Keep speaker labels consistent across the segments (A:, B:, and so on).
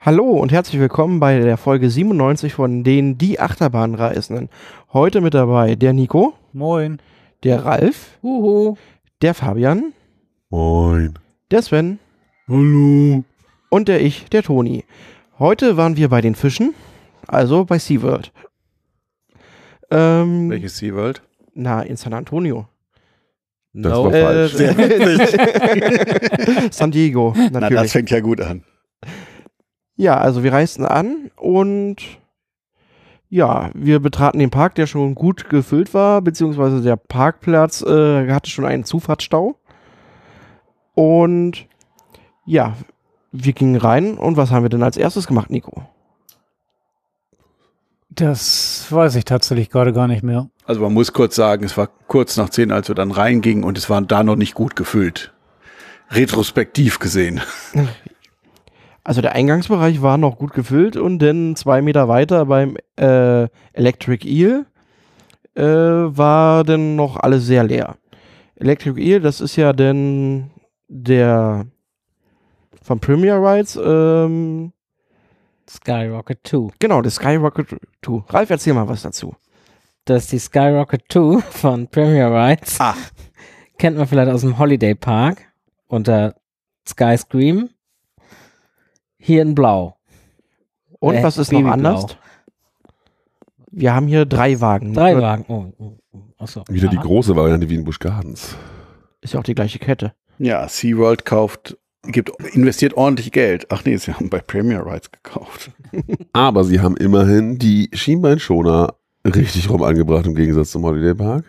A: Hallo und herzlich willkommen bei der Folge 97 von den Die Achterbahnreisenden. Heute mit dabei der Nico,
B: Moin.
A: der Ralf,
B: Huhu.
A: der Fabian,
C: Moin.
A: der Sven
C: Hallo.
A: und der ich, der Toni. Heute waren wir bei den Fischen, also bei SeaWorld. Ähm,
C: Welches SeaWorld?
A: Na, in San Antonio.
C: Das war
A: Äh,
C: falsch.
D: Sehr richtig.
A: San Diego,
D: Na, das
A: natürlich.
D: fängt ja gut an.
A: ja, also wir reisten an und ja, wir betraten den Park, der schon gut gefüllt war, beziehungsweise der Parkplatz äh, hatte schon einen Zufahrtsstau. Und ja, wir gingen rein und was haben wir denn als erstes gemacht, Nico?
B: Das weiß ich tatsächlich gerade gar nicht mehr.
D: Also man muss kurz sagen, es war kurz nach zehn, als wir dann reingingen und es war da noch nicht gut gefüllt. Retrospektiv gesehen.
A: Also der Eingangsbereich war noch gut gefüllt und dann zwei Meter weiter beim äh, Electric Eel äh, war dann noch alles sehr leer. Electric Eel, das ist ja dann der von Premier Rides, ähm,
E: Skyrocket 2.
A: genau, der Skyrocket 2. Ralf, erzähl mal was dazu.
E: Das ist die Skyrocket 2 von Premier Rides.
D: Ah.
E: Kennt man vielleicht aus dem Holiday Park unter Sky Scream. Hier in Blau.
A: Und
E: Äh,
A: was ist noch
E: Babyblau.
A: anders? Wir haben hier drei Wagen.
E: Drei
A: Äh,
E: Wagen. Oh, oh, oh. Achso.
C: Wieder die
E: Ah.
C: große Variante wie in Busch Gardens.
A: Ist ja auch die gleiche Kette.
D: Ja, SeaWorld kauft, gibt, investiert ordentlich Geld. Ach nee, sie haben bei Premier Rights gekauft.
C: Aber sie haben immerhin die Schienbeinschoner richtig rum angebracht im Gegensatz zum Holiday Park.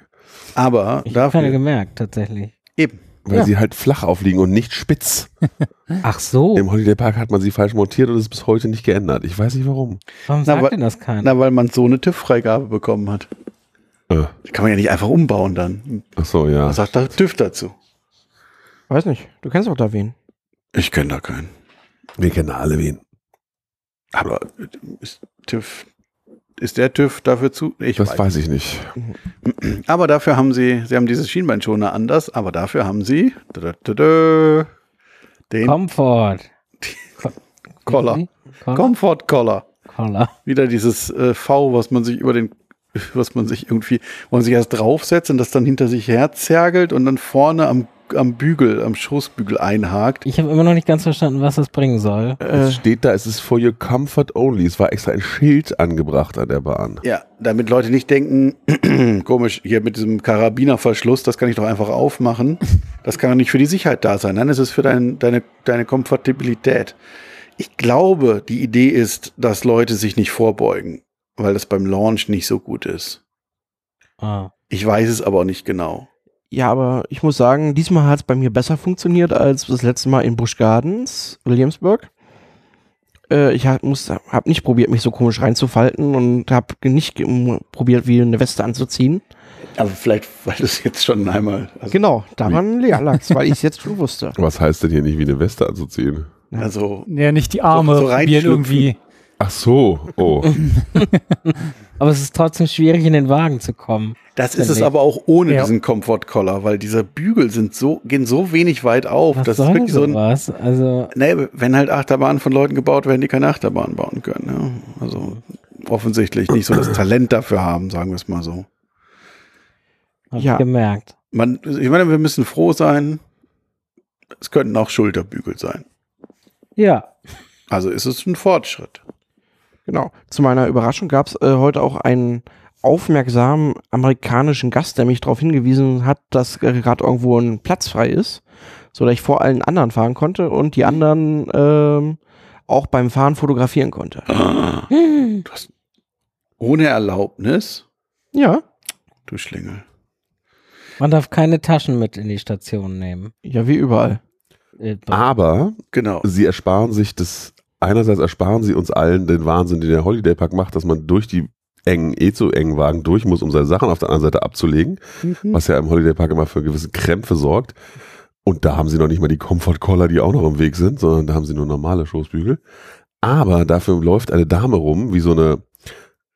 D: Aber
E: Ich habe keine
D: dafür,
E: gemerkt, tatsächlich.
C: Weil
E: Ja.
C: sie halt flach aufliegen und nicht spitz.
E: Ach so.
C: Im Holiday Park hat man sie falsch montiert und es ist bis heute nicht geändert. Ich weiß nicht warum.
E: Warum
D: wa-
E: sagt denn das keiner?
D: na, weil man so eine TÜV-Freigabe bekommen hat.
C: Äh,
D: Kann man ja nicht einfach umbauen dann.
C: ach so, ja.
D: Was sagt da TÜV dazu?
A: Weiß nicht, du kennst auch da wen.
D: Ich kenne da keinen.
C: Wir kennen alle wen.
D: Aber ist TÜV, ist der TÜV dafür zu? Ich
C: das weiß ich nicht.
D: Aber dafür haben sie, sie haben dieses Schienbeinschoner anders, aber dafür haben sie dö, dö, dö, den
E: Comfort.
D: Collar.
E: Collar.
D: Comfort Collar.
E: Collar.
D: Wieder dieses äh, V, was man sich über den, was man sich irgendwie, wo man sich erst draufsetzt und das dann hinter sich herzergelt und dann vorne am, am Bügel, am Schoßbügel einhakt.
E: Ich habe immer noch nicht ganz verstanden, was das bringen soll.
A: Äh,
C: es steht da, es ist for your comfort only. Es war extra ein Schild angebracht an der Bahn.
D: Ja, damit Leute nicht denken, komisch, hier mit diesem Karabinerverschluss, das kann ich doch einfach aufmachen. Das kann doch nicht für die Sicherheit da sein. Nein, es ist für dein, deine, deine Komfortabilität. Ich glaube, die Idee ist, dass Leute sich nicht vorbeugen, weil das beim Launch nicht so gut ist.
E: Ah.
D: Ich weiß es aber nicht genau.
A: Ja, aber ich muss sagen, diesmal hat es bei mir besser funktioniert als das letzte Mal in Busch Gardens, Williamsburg. Äh, ich habe hab nicht probiert, mich so komisch reinzufalten und habe nicht ge- probiert, wie eine Weste anzuziehen.
D: Aber vielleicht, weil das jetzt schon einmal. Also,
A: Genau, daran lag es, weil ich es jetzt schon wusste.
C: Was heißt denn hier nicht wie eine Weste anzuziehen?
D: also
B: Ja, nicht die Arme
D: So- so
B: probieren
D: reinschlüpfen.
B: irgendwie.
C: Ach so, oh.
E: Aber es ist trotzdem schwierig, in den Wagen zu kommen.
D: das ist es
E: Nee.
D: aber auch ohne
B: Ja.
D: diesen Komfortcollar, weil diese Bügel sind so, gehen so wenig weit auf.
E: Was
D: das ist
E: soll
D: wirklich so ein
E: sowas? Also,
D: Nee, wenn halt Achterbahnen von Leuten gebaut werden, die keine Achterbahn bauen können. Ja? Also offensichtlich nicht so das Talent dafür haben, sagen wir es mal so.
E: hab
A: Ja.
E: ich gemerkt.
D: Man, ich meine, wir müssen froh sein. Es könnten auch Schulterbügel sein.
E: Ja,
D: Also ist es ein Fortschritt.
A: Genau. Zu meiner Überraschung gab es äh, heute auch einen aufmerksamen amerikanischen Gast, der mich darauf hingewiesen hat, dass äh, gerade irgendwo ein Platz frei ist, sodass ich vor allen anderen fahren konnte und die anderen ähm, auch beim Fahren fotografieren konnte.
D: Ohne Erlaubnis,
A: Ja.
D: du Schlingel.
E: Man darf keine Taschen mit in die Station nehmen.
A: Ja, wie überall.
E: Äh,
C: Aber
D: Genau.
C: sie ersparen sich das, einerseits ersparen sie uns allen den Wahnsinn, den der Holiday Park macht, dass man durch die engen, eh zu engen Wagen durch muss, um seine Sachen auf der anderen Seite abzulegen,
D: Mhm.
C: was ja im Holiday Park immer für gewisse Krämpfe sorgt. Und da haben sie noch nicht mal die Comfort Collar, die auch noch im Weg sind, sondern da haben sie nur normale Schoßbügel. Aber dafür läuft eine Dame rum, wie so eine,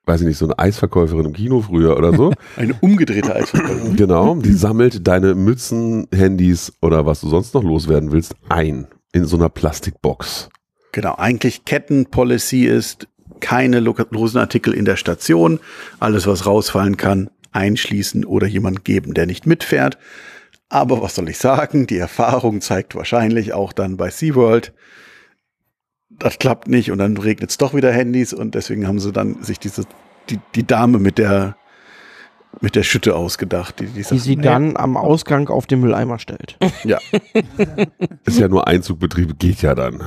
C: weiß ich nicht, so eine Eisverkäuferin im Kino früher oder so,
D: Eine umgedrehte Eisverkäuferin.
C: Genau, die sammelt deine Mützen, Handys oder was du sonst noch loswerden willst ein in so einer Plastikbox.
D: Genau, eigentlich Kettenpolicy ist keine lo- losen Artikel in der Station. Alles, was rausfallen kann, einschließen oder jemand geben, der nicht mitfährt. Aber was soll ich sagen? Die Erfahrung zeigt wahrscheinlich auch dann bei SeaWorld, das klappt nicht und dann regnet es doch wieder Handys und deswegen haben sie dann sich diese, die, die Dame mit der, mit der Schütte ausgedacht. Die, die,
A: die
D: sagt,
A: sie
D: "Nee,
A: dann am Ausgang auf den Mülleimer stellt.
C: Ist ja nur Einzugbetrieb, geht ja dann.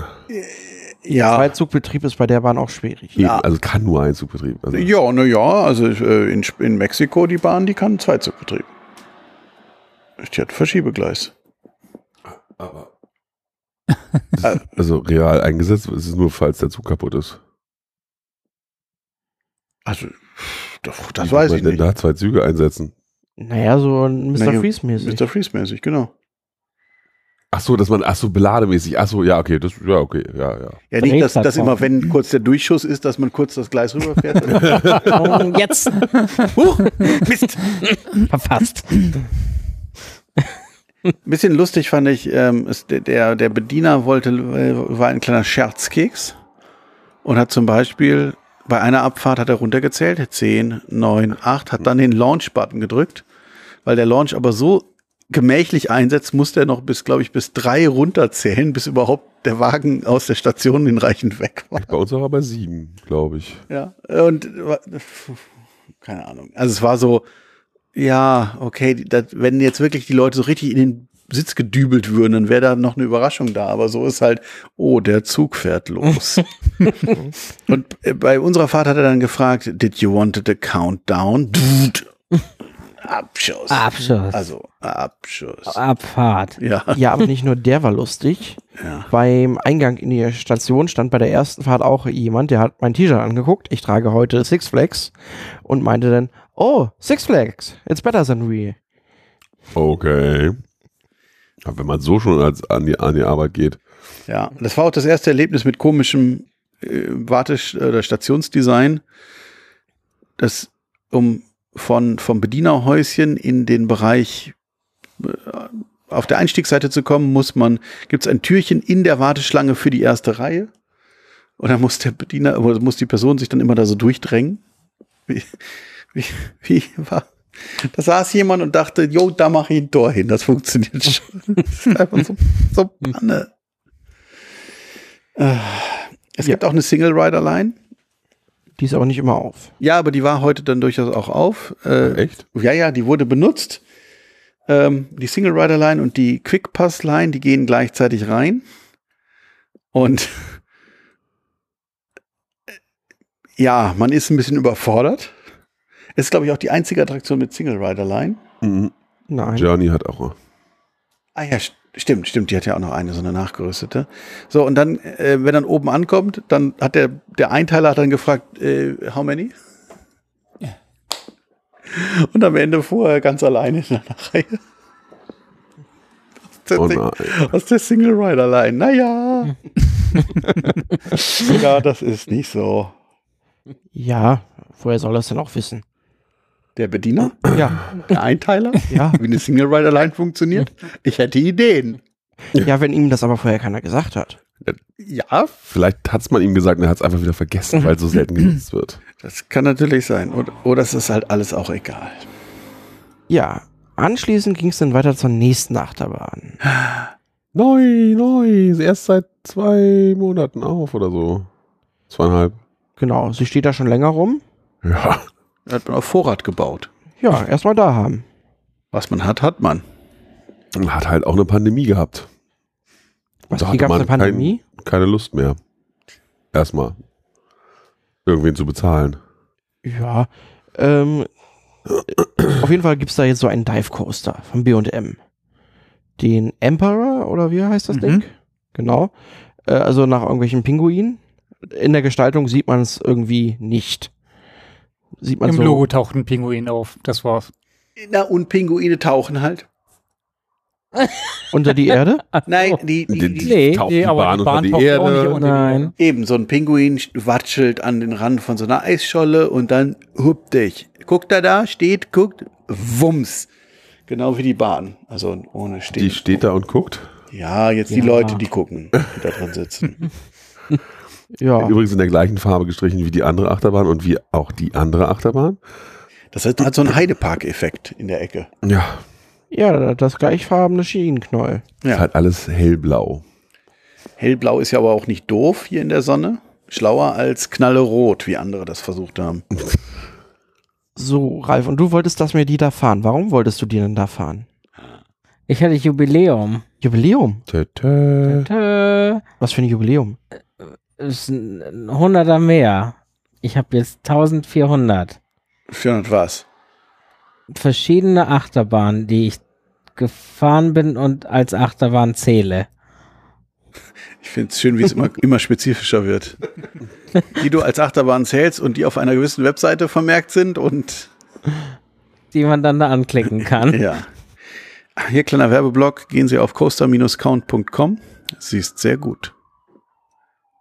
D: Ja,
A: Zweizugbetrieb ist bei der Bahn auch schwierig.
C: Eben,
D: Ja.
C: Also kann nur Einzugbetrieb. Also
D: Ja, na ja, also äh, in, Sp- in Mexiko, die Bahn, die kann Zweizugbetrieb. Die hat Verschiebegleis.
C: Aber das ist also real eingesetzt ist es nur, falls der Zug kaputt ist.
D: Also, doch, das
C: Wie
D: weiß
C: kann man
D: ich
C: denn
D: nicht.
C: Da zwei Züge einsetzen.
A: Naja, so ein Mr.
D: Naja,
A: Freeze-mäßig.
D: Mr. Freeze-mäßig, genau.
C: Ach so, dass man, ach so, belademäßig. Ach so, ja, okay, das, ja, okay, ja, ja.
D: Ja, nicht, dass, dass
E: Drehplattform.
D: immer, wenn kurz der Durchschuss ist, dass man kurz das Gleis rüberfährt.
E: Und jetzt
D: Huch, Mist!
E: verfasst.
D: Ein bisschen lustig fand ich, ähm, ist der- der, der Bediener wollte, äh, war ein kleiner Scherzkeks und hat zum Beispiel bei einer Abfahrt hat er runtergezählt, 10, 9, 8, hat dann den Launch-Button gedrückt, weil der Launch aber so gemächlich einsetzt, musste er noch bis, glaube ich, bis drei runterzählen, bis überhaupt der Wagen aus der Station in Reichen weg war.
C: Bei uns war er bei sieben, glaube ich.
D: Ja, und äh, keine Ahnung. Also es war so, ja, okay, das, wenn jetzt wirklich die Leute so richtig in den Sitz gedübelt würden, dann wäre da noch eine Überraschung da. Aber so ist halt, oh, der Zug fährt los. und äh, bei unserer Fahrt hat er dann gefragt, did you wanted a countdown? Abschuss.
E: Ah. Abschuss.
D: Also Abschuss.
E: Ah. Abfahrt.
D: ja.
A: Ja, aber nicht nur der war lustig.
D: Ja.
A: Beim Eingang in die Station stand bei der ersten Fahrt auch jemand, der hat mein T-Shirt angeguckt. Ich trage heute Six Flags und meinte dann, oh, Six Flags, it's better than we.
C: Okay. Aber wenn man so schon als, an, die, an die Arbeit geht,
D: Ja, das war auch das erste Erlebnis mit komischem äh, Wartes- oder Stationsdesign, das um von, vom Bedienerhäuschen in den Bereich äh, auf der Einstiegsseite zu kommen, muss man, gibt's ein Türchen in der Warteschlange für die erste Reihe. Und dann muss der Bediener, oder muss die Person sich dann immer da so durchdrängen. Wie, wie, wie war. Da saß jemand und dachte, jo, da mache ich ein Tor hin, das funktioniert schon. Das ist einfach so, so Panne. Äh, Es gibt auch eine Single Rider Line.
A: Die ist aber nicht immer auf.
D: Ja, aber die war heute dann durchaus auch auf. Äh,
C: echt?
D: ja, ja, die wurde benutzt. Ähm, die Single Rider Line und die Quick Pass Line, die gehen gleichzeitig rein. Und ja, man ist ein bisschen überfordert. Ist, glaube ich, auch die einzige Attraktion mit Single Rider Line.
C: Mhm.
A: Nein.
C: Journey hat auch.
D: Ah ja, st- stimmt, stimmt. Die hat ja auch noch eine, so eine nachgerüstete. So, und dann, äh, wenn dann oben ankommt, dann hat der, der Einteiler hat dann gefragt, äh, how many? Und am Ende fuhr er ganz alleine in einer Reihe. Aus der,
C: Oh
D: Sing-
A: äh,
C: nein.
D: aus der Single Rider Line. Naja. ja, das ist nicht so.
A: Ja, woher soll das denn auch wissen?
D: Der Bediener?
A: Ja,
D: Der Einteiler?
A: ja.
D: Wie eine Single Rider Line funktioniert? Ich hätte Ideen.
A: Ja, wenn ihm das aber vorher keiner gesagt hat.
D: Ja,
C: Vielleicht hat es man ihm gesagt und er hat es einfach wieder vergessen, weil es so selten genutzt wird.
D: Das kann natürlich sein. Oder, oder es ist halt alles auch egal.
A: Ja, anschließend ging es dann weiter zur nächsten Achterbahn.
C: Neu, neu. Ist erst seit zwei Monaten auf oder so. Zweieinhalb.
A: Genau, sie steht da schon länger rum.
C: Ja.
D: Da hat man auf Vorrat gebaut.
A: Ja, erstmal da haben.
D: Was man hat, hat man.
C: Hat halt auch eine Pandemie gehabt.
A: Was,
C: Da
A: hier
C: hatte
A: gab es
C: man
A: eine Pandemie?
C: Kein, keine Lust mehr. Erstmal. Irgendwen zu bezahlen.
A: Ja. Ähm, auf jeden Fall gibt es da jetzt so einen Dive Coaster von BM. Den Emperor oder wie heißt das
B: Mhm.
A: Ding? Genau. Äh, also nach irgendwelchen Pinguinen. In der Gestaltung sieht man es irgendwie nicht. Sieht man
B: Im
A: so.
B: Logo taucht ein Pinguin auf. Das war's.
D: Na, und Pinguine tauchen halt.
A: Unter die Erde?
D: Nein, die, die, die,
E: Nee,
C: taucht die Bahn unter die
B: taucht auch nicht
C: Erde.
B: unter die
E: Nein.
B: Erde.
D: eben so ein Pinguin watschelt an den Rand von so einer Eisscholle und dann hupt dich. Guckt er da, steht, guckt, wumms. Genau wie die Bahn. Also ohne
C: Die
D: Stehen.
C: steht da und guckt.
D: ja, jetzt die
E: Ja.
D: Leute, die gucken, die da drin sitzen.
A: Ja.
C: Übrigens in der gleichen Farbe gestrichen wie die andere Achterbahn und wie auch die andere Achterbahn.
D: Das heißt, man hat so einen Heidepark-Effekt in der Ecke.
C: Ja,
A: ja, das gleichfarbene Schienenknäuel.
D: Ja.
C: ist halt alles hellblau.
D: Hellblau ist ja aber auch nicht doof hier in der Sonne. Schlauer als knallerot, wie andere das versucht haben.
A: So, Ralf, und du wolltest, dass wir die da fahren. Warum wolltest du die denn da fahren?
E: Ich hatte Jubiläum.
A: Jubiläum.
C: Tö, tö.
E: Tö.
A: Was für ein Jubiläum?
E: ist ein ein Hunderter mehr. Ich habe jetzt 1400
D: 400 war's.
E: verschiedene Achterbahnen, die ich gefahren bin und als Achterbahn zähle.
D: Ich finde es schön, wie es immer, immer spezifischer wird. Die du als Achterbahn zählst und die auf einer gewissen Webseite vermerkt sind und
E: Die man dann da anklicken kann.
D: ja. Hier kleiner Werbeblock, gehen Sie auf coaster-count.com. Sie ist sehr gut.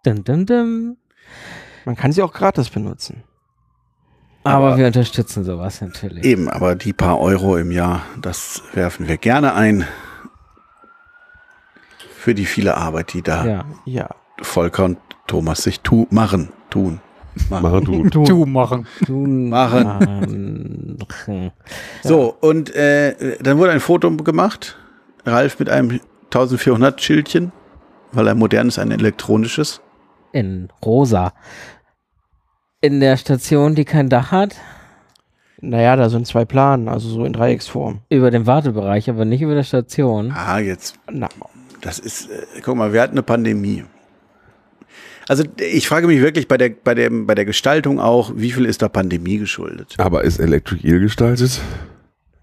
E: dum, dum, dum.
A: Man kann sie auch gratis benutzen.
E: Aber,
D: Aber-
E: wir unterstützen sowas natürlich.
D: Eben, aber die paar Euro im Jahr, das werfen wir gerne ein für die viele Arbeit, die da
E: Ja.
A: Ja.
D: Volker und Thomas sich tu machen, tun.
C: Machen du.
B: Du machen.
E: Tun,
D: Machen.
E: machen.
D: So, und äh, dann wurde ein Foto gemacht. Ralf mit einem 1400-Schildchen, weil er modern ist, ein elektronisches.
E: In rosa. In der Station, die kein Dach hat,
A: Naja, da sind zwei Planen, also so in Dreiecksform.
E: über dem Wartebereich, aber nicht über der Station.
D: Ah, jetzt,
A: Na,
D: das ist, äh, guck mal, wir hatten eine Pandemie. Also ich frage mich wirklich bei der, bei, dem, bei der Gestaltung auch, wie viel ist da Pandemie geschuldet?
C: Aber ist Electric Eel gestaltet?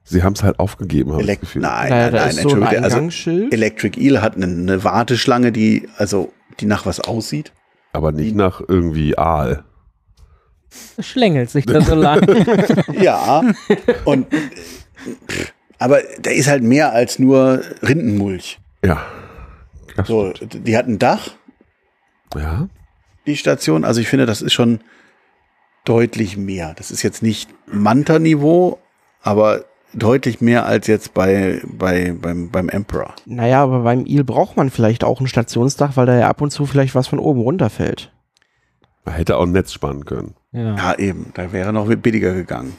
C: Sie haben es halt aufgegeben, habe ich das
D: Elekt
C: Gefühl.
D: nein,
A: naja,
D: nein,
A: da
D: nein,
A: ist so ein
D: entschuldige. Also
A: Eingangsschild.
D: Electric Eel hat eine, eine Warteschlange, die, also, die nach was aussieht.
C: Aber nicht nach irgendwie Aal.
E: Schlängelt sich da so lang.
D: Ja. Und äh, pff, aber da ist halt mehr als nur Rindenmulch.
C: Ja. Das
D: So,
C: stimmt.
D: die hat ein Dach,
C: Ja.
D: die Station. Also ich finde, das ist schon deutlich mehr. Das ist jetzt nicht Manta-Niveau, aber deutlich mehr als jetzt bei, bei, beim, beim Emperor.
A: naja, aber beim Il braucht man vielleicht auch ein Stationsdach, weil da ja ab und zu vielleicht was von oben runterfällt.
C: Man hätte auch ein Netz spannen können.
E: ja.
D: Ja, eben. Da wäre noch billiger gegangen.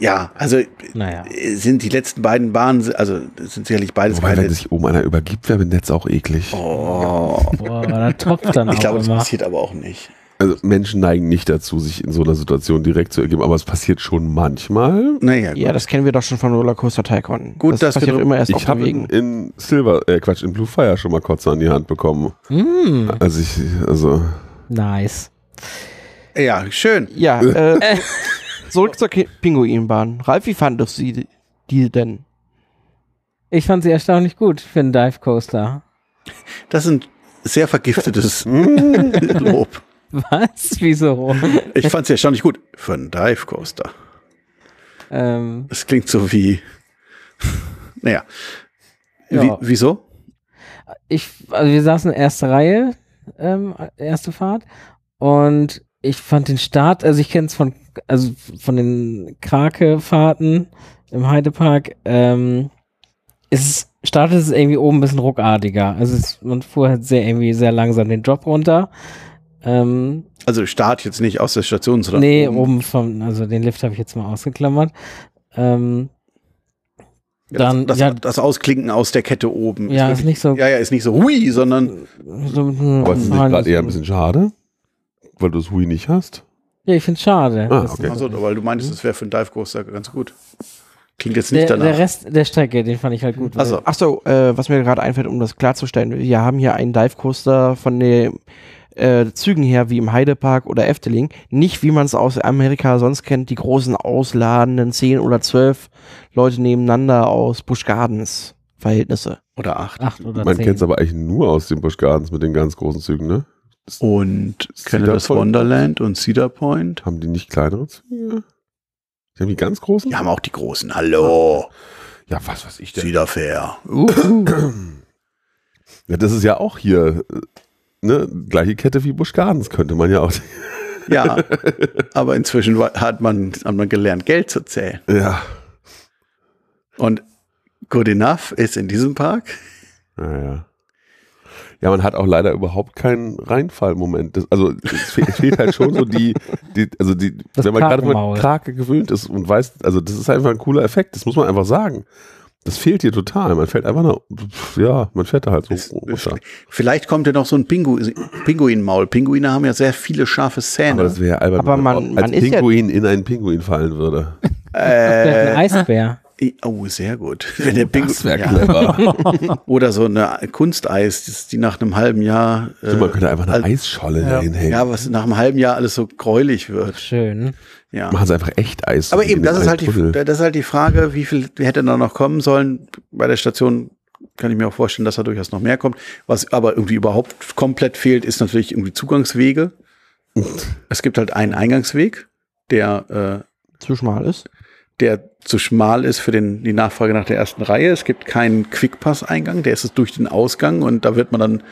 D: Ja, also äh,
E: Naja.
D: sind die letzten beiden Bahnen, also das sind sicherlich beides
C: Wobei, wenn
D: keine.
C: sich oben einer übergibt, wäre mit Netz auch eklig.
D: Oh,
E: Boah, aber da tropft dann auch
D: ich glaube, das
E: immer.
D: passiert aber auch nicht.
C: Also Menschen neigen nicht dazu, sich in so einer Situation direkt zu ergeben, aber es passiert schon manchmal.
D: Naja, gut.
A: Ja, das kennen wir doch schon von Rollercoaster Tycoon.
D: Gut,
A: das
D: dass wir
A: passiert
D: drum-
A: immer erst auf
C: Ich
A: dem
C: habe in,
A: Wegen.
C: in Silver, äh Quatsch, in Blue Fire schon mal Kotze an die Hand bekommen.
E: Mm,
C: Als ich, also,
E: nice.
D: ja schön.
A: Ja, äh, zurück zur Ki- Pinguinbahn. Ralf, wie fandest du die, die denn?
E: Ich fand sie erstaunlich gut für einen Dive Coaster.
D: Das ist ein sehr vergiftetes
C: hm.
D: Lob.
E: Was? Wieso?
D: Ich fand es erstaunlich gut. Für einen Dive Coaster.
E: ähm,
D: Das klingt so wie. naja.
E: Ja.
D: Wie, wieso?
E: ich, also wir saßen erste Reihe, ähm, erste Fahrt und ich fand den Start, also ich kenne es von, also von den Krake-Fahrten im Heidepark, ähm, es startet es irgendwie oben ein bisschen ruckartiger. Also es, man fuhr halt sehr irgendwie sehr langsam den Drop runter. Ähm,
D: Also Start jetzt nicht aus der Station, sondern.
E: Nee,
D: oben.
E: oben vom, also den Lift habe ich jetzt mal ausgeklammert. Ähm,
D: Ja, das-
E: dann,
D: das,
E: ja,
D: das Ausklinken aus der Kette oben.
E: ja, ist
D: wirklich,
E: nicht so.
D: ja, ja, ist nicht so hui, sondern
E: so mit einem
C: aber es ist nicht
E: normalen-
C: gerade eher ein bisschen schade, weil du das Hui nicht hast.
E: Ja, ich finde es schade.
C: Ah,
E: dass-
C: okay.
D: also, weil du meintest, es wäre für einen Dive Coaster ganz gut. Klingt jetzt nicht
E: Mhm. der, der
D: danach.
E: Rest der Strecke, den fand ich halt gut. weil-
D: Also,
A: Achso, äh, was mir gerade einfällt, um das klarzustellen, wir haben hier einen Divecoaster von den äh, Zügen her, wie im Heidepark oder Efteling, nicht wie man es aus Amerika sonst kennt, die großen ausladenden 10 oder 12 Leute nebeneinander aus Busch Gardens Verhältnisse.
D: oder acht.
E: acht oder
C: Man
E: zehn.
C: kennt es aber eigentlich nur aus den Busch Gardens mit den ganz großen Zügen, ne?
D: Und
C: Cedar
D: Canada's
C: Point.
D: Wonderland und Cedar Point.
C: Haben die nicht kleinere Züge? Die haben die ganz großen?
D: Die haben auch die großen. Hallo.
C: Ja, was weiß ich denn?
D: Cedar Fair.
C: Ja, das ist ja auch hier, äh, ne? Gleiche Kette wie Busch Gardens könnte man ja auch.
D: Ja, aber inzwischen wa- hat man, hat man gelernt, Geld zu zählen.
C: Ja.
D: Und Good Enough ist in diesem Park.
C: Naja. Ja, man hat auch leider überhaupt keinen Reinfallmoment. Das, also es, fe es fehlt halt schon so die, die also die,
E: Das
C: wenn man gerade
E: Krakenmaul.
C: mit Krake gewöhnt ist und weiß, also das ist einfach ein cooler Effekt, das muss man einfach sagen. Das fehlt dir total. Man fällt einfach nur, pff, ja, man fährt da halt so
D: Es-
C: runter.
D: Vielleicht kommt ja noch so ein Pingu Pinguinmaul. Pinguine haben ja sehr viele scharfe
C: Aber
D: Zähne.
C: das wäre albern,
A: Aber
C: wenn
A: man-
C: als
A: man ist ja-
C: Pinguin in einen Pinguin fallen würde.
E: Vielleicht ein Eisbär.
D: I- Oh, sehr gut. Wenn der Pingu
C: Das wäre
D: ja.
C: clever.
D: Oder so eine Kunsteis, das- die nach einem halben Jahr. äh,
C: man könnte einfach eine
D: al-
C: Eisscholle dahin hängen.
D: ja, was nach einem halben Jahr alles so gräulich wird.
E: Schön.
D: Ja.
C: Machen sie einfach echt Eis.
D: Aber
C: in
D: eben,
C: den
D: das ist, halt die,
C: Eistunnel.
D: das ist halt die Frage, wie viel hätte da noch kommen sollen. Bei der Station kann ich mir auch vorstellen, dass da durchaus noch mehr kommt. Was aber irgendwie überhaupt komplett fehlt, ist natürlich irgendwie Zugangswege. Es gibt halt einen Eingangsweg, der, äh,
A: Zu schmal ist.
D: der zu schmal ist für den, die Nachfrage nach der ersten Reihe. Es gibt keinen Quickpass-Eingang, der ist es durch den Ausgang und da wird man dann,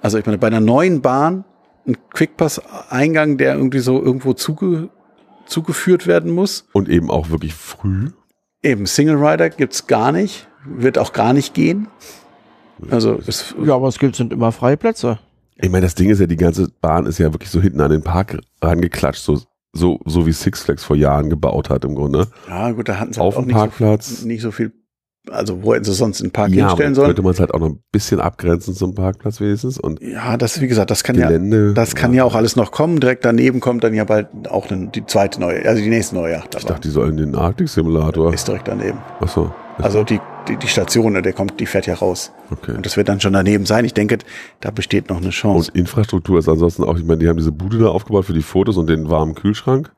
D: also ich meine, bei einer neuen Bahn ein Quickpass-Eingang, der irgendwie so irgendwo zuge, zugeführt werden muss.
C: Und eben auch wirklich früh.
D: Eben, Single Rider gibt's gar nicht, wird auch gar nicht gehen. Also es,
A: Ja, aber es gibt sind immer freie Plätze.
C: Ich meine, das Ding ist ja, die ganze Bahn ist ja wirklich so hinten an den Park rangeklatscht, so, so, so wie Six Flags vor Jahren gebaut hat im Grunde.
D: ja gut, da hatten sie
C: Auf
D: halt auch
C: dem
D: nicht so,
C: Parkplatz.
D: nicht so viel, also wo hätten sie sonst einen Park
C: ja,
D: hinstellen
C: aber
D: sollen.
C: könnte man es halt auch noch ein bisschen abgrenzen zum Parkplatz wenigstens und
D: Ja, das, wie gesagt, das kann ja,
C: Gelände.
D: das kann ja auch alles noch kommen. Direkt daneben kommt dann ja bald auch eine, die zweite neue, also die nächste neue Yacht.
C: Ich dachte, die sollen den Arctic-Simulator.
D: ist direkt daneben.
C: Achso.
D: Also die, die, die Station, ne, der kommt, die fährt ja raus.
C: Okay.
D: Und das wird dann schon daneben sein. Ich denke, da besteht noch eine
C: Und
D: Chance.
C: Infrastruktur ist ansonsten auch, ich meine, die haben diese Bude da aufgebaut für die Fotos und den warmen Kühlschrank.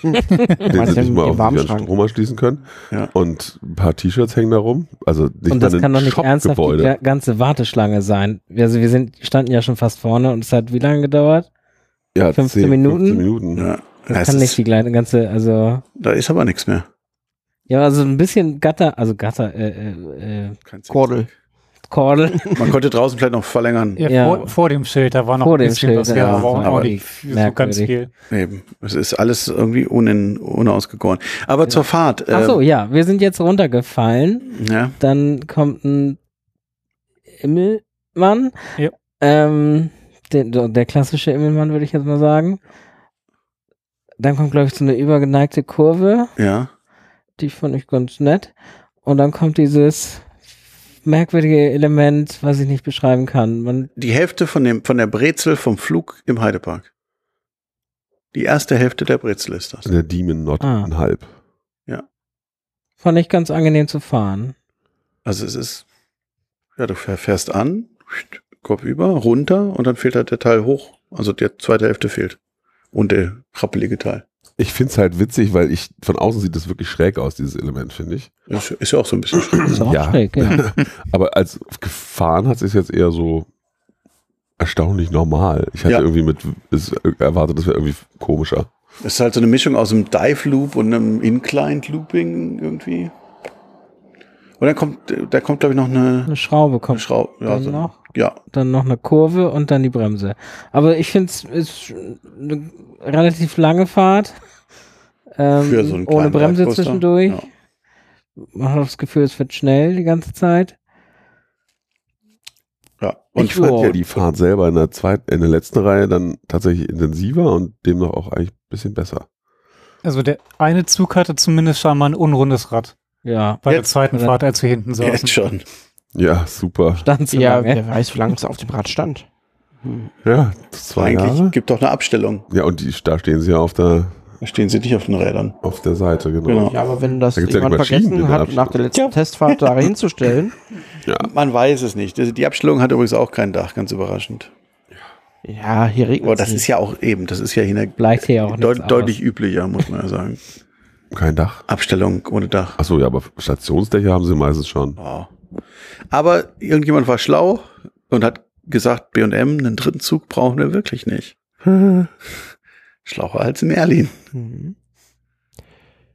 C: den
A: Meinst
C: sie
A: du
C: nicht
A: den
C: mal auf den
A: Warmschrank?
C: Strom anschließen können.
D: Ja.
C: Und ein paar T-Shirts hängen da rum. Also nicht
E: und das
C: mal ein
E: kann doch nicht ernsthaft die
C: Shop-Gebäude.
E: ga- ganze Warteschlange sein. Also wir sind, standen ja schon fast vorne und es hat wie lange gedauert?
C: Ja,
E: 15 Minuten?
C: Minuten.
D: ja,
E: Das
D: es
E: kann nicht
D: ist,
E: die gle- ganze, also
D: da ist aber nichts mehr.
E: ja, also ein bisschen Gatter, also Gatter, äh, äh, äh,
A: Kordel.
E: Kordel.
D: Man konnte draußen vielleicht noch verlängern.
B: Ja,
E: Ja.
B: Vor, vor dem Schild, da war noch
E: Vor
B: ein
E: dem
B: bisschen
E: Schild,
B: was,
E: ja,
B: ja,
D: das
B: aber
D: war
B: auch
D: aber
B: nicht so ganz
E: merkwürdig.
B: viel.
D: Eben, es ist alles irgendwie unin, unausgegoren. Aber zur Fahrt.
E: Ach so,
D: ähm,
E: ja, wir sind jetzt runtergefallen.
D: ja.
E: Dann kommt ein Immelmann.
B: Ja.
E: Ähm, der, der klassische Immelmann, würde ich jetzt mal sagen. Dann kommt, glaube ich, so eine übergeneigte Kurve.
D: ja.
E: Die fand ich ganz nett. Und dann kommt dieses merkwürdige Element, was ich nicht beschreiben kann. Man,
D: Die Hälfte von, dem, von der Brezel vom Flug im Heidepark. Die erste Hälfte der Brezel ist das.
C: In der Demon Not
E: Ah.
C: ein halb.
E: fand ich ganz angenehm zu fahren.
D: Also es ist, ja, du fähr- fährst an, Kopf über, runter und dann fehlt halt der Teil hoch. Also die zweite Hälfte fehlt. Und der rappelige Teil.
C: Ich finde es halt witzig, weil ich von außen sieht das wirklich schräg aus, dieses Element, finde ich.
D: Ist, ist ja auch so ein bisschen schräg.
E: Ist auch
C: Ja.
E: schräg, ja.
C: Aber als gefahren hat es jetzt eher so erstaunlich normal. Ich hatte
D: Ja.
C: irgendwie mit es erwartet, das wäre irgendwie komischer.
D: Es ist halt so eine Mischung aus einem Dive-Loop und einem Inclined-Looping irgendwie. Und dann kommt, da kommt, glaube ich, noch eine,
E: Eine Schraube
D: eine
E: kommt
D: Schraube. Ja,
E: dann
D: so,
E: noch.
D: ja,
E: dann noch eine Kurve und dann die Bremse. Aber ich finde es ist eine relativ lange Fahrt. Ähm,
D: für so einen
E: ohne
D: kleinen
E: Bremse
D: Dive-Coaster.
E: zwischendurch.
D: Ja.
E: Man hat das Gefühl, es wird schnell die ganze Zeit.
D: ja.
C: Und
D: Und
C: ich fand
E: wow.
C: ja die Fahrt selber in der zweiten, in der letzten Reihe dann tatsächlich intensiver und demnach auch eigentlich ein bisschen besser.
B: Also der eine Zug hatte zumindest scheinbar ein unrundes Rad
E: Ja,
B: bei der
D: Jetzt-
B: zweiten
E: Oder-
B: Fahrt, als wir hinten saßen.
D: jetzt schon.
C: Ja, super.
E: dann zu
A: Ja,
E: lange.
A: wer weiß, wie lange es auf dem Rad stand.
C: Ja, zwei
D: Eigentlich
C: Jahre.
D: gibt doch eine Abstellung.
C: Ja, und die, da stehen sie ja auf der,
D: Da stehen sie nicht auf den Rädern.
C: auf der Seite, genau.
D: Genau.
A: Ja, aber wenn das
C: Da gibt's ja
A: jemand
C: nicht mal Schienen in
A: vergessen
C: den
A: hat,
C: Abschnitt.
A: nach der letzten Testfahrt da hinzustellen.
D: Man weiß es nicht. Also Die die Abstellung hat übrigens auch kein Dach, ganz überraschend.
A: Ja, hier regnet
D: Aber Oh, das ist ja auch eben, das ist ja hier eine
E: Bleicht hier auch
D: deut
E: nichts
D: deutlich üblicher, muss man ja sagen.
C: Kein Dach.
D: Abstellung ohne Dach.
C: Achso, ja, aber Stationsdächer haben sie meistens schon.
D: Wow. Aber irgendjemand war schlau und hat gesagt, B&M, einen dritten Zug brauchen wir wirklich nicht. Schlauer als Merlin,
A: Mhm.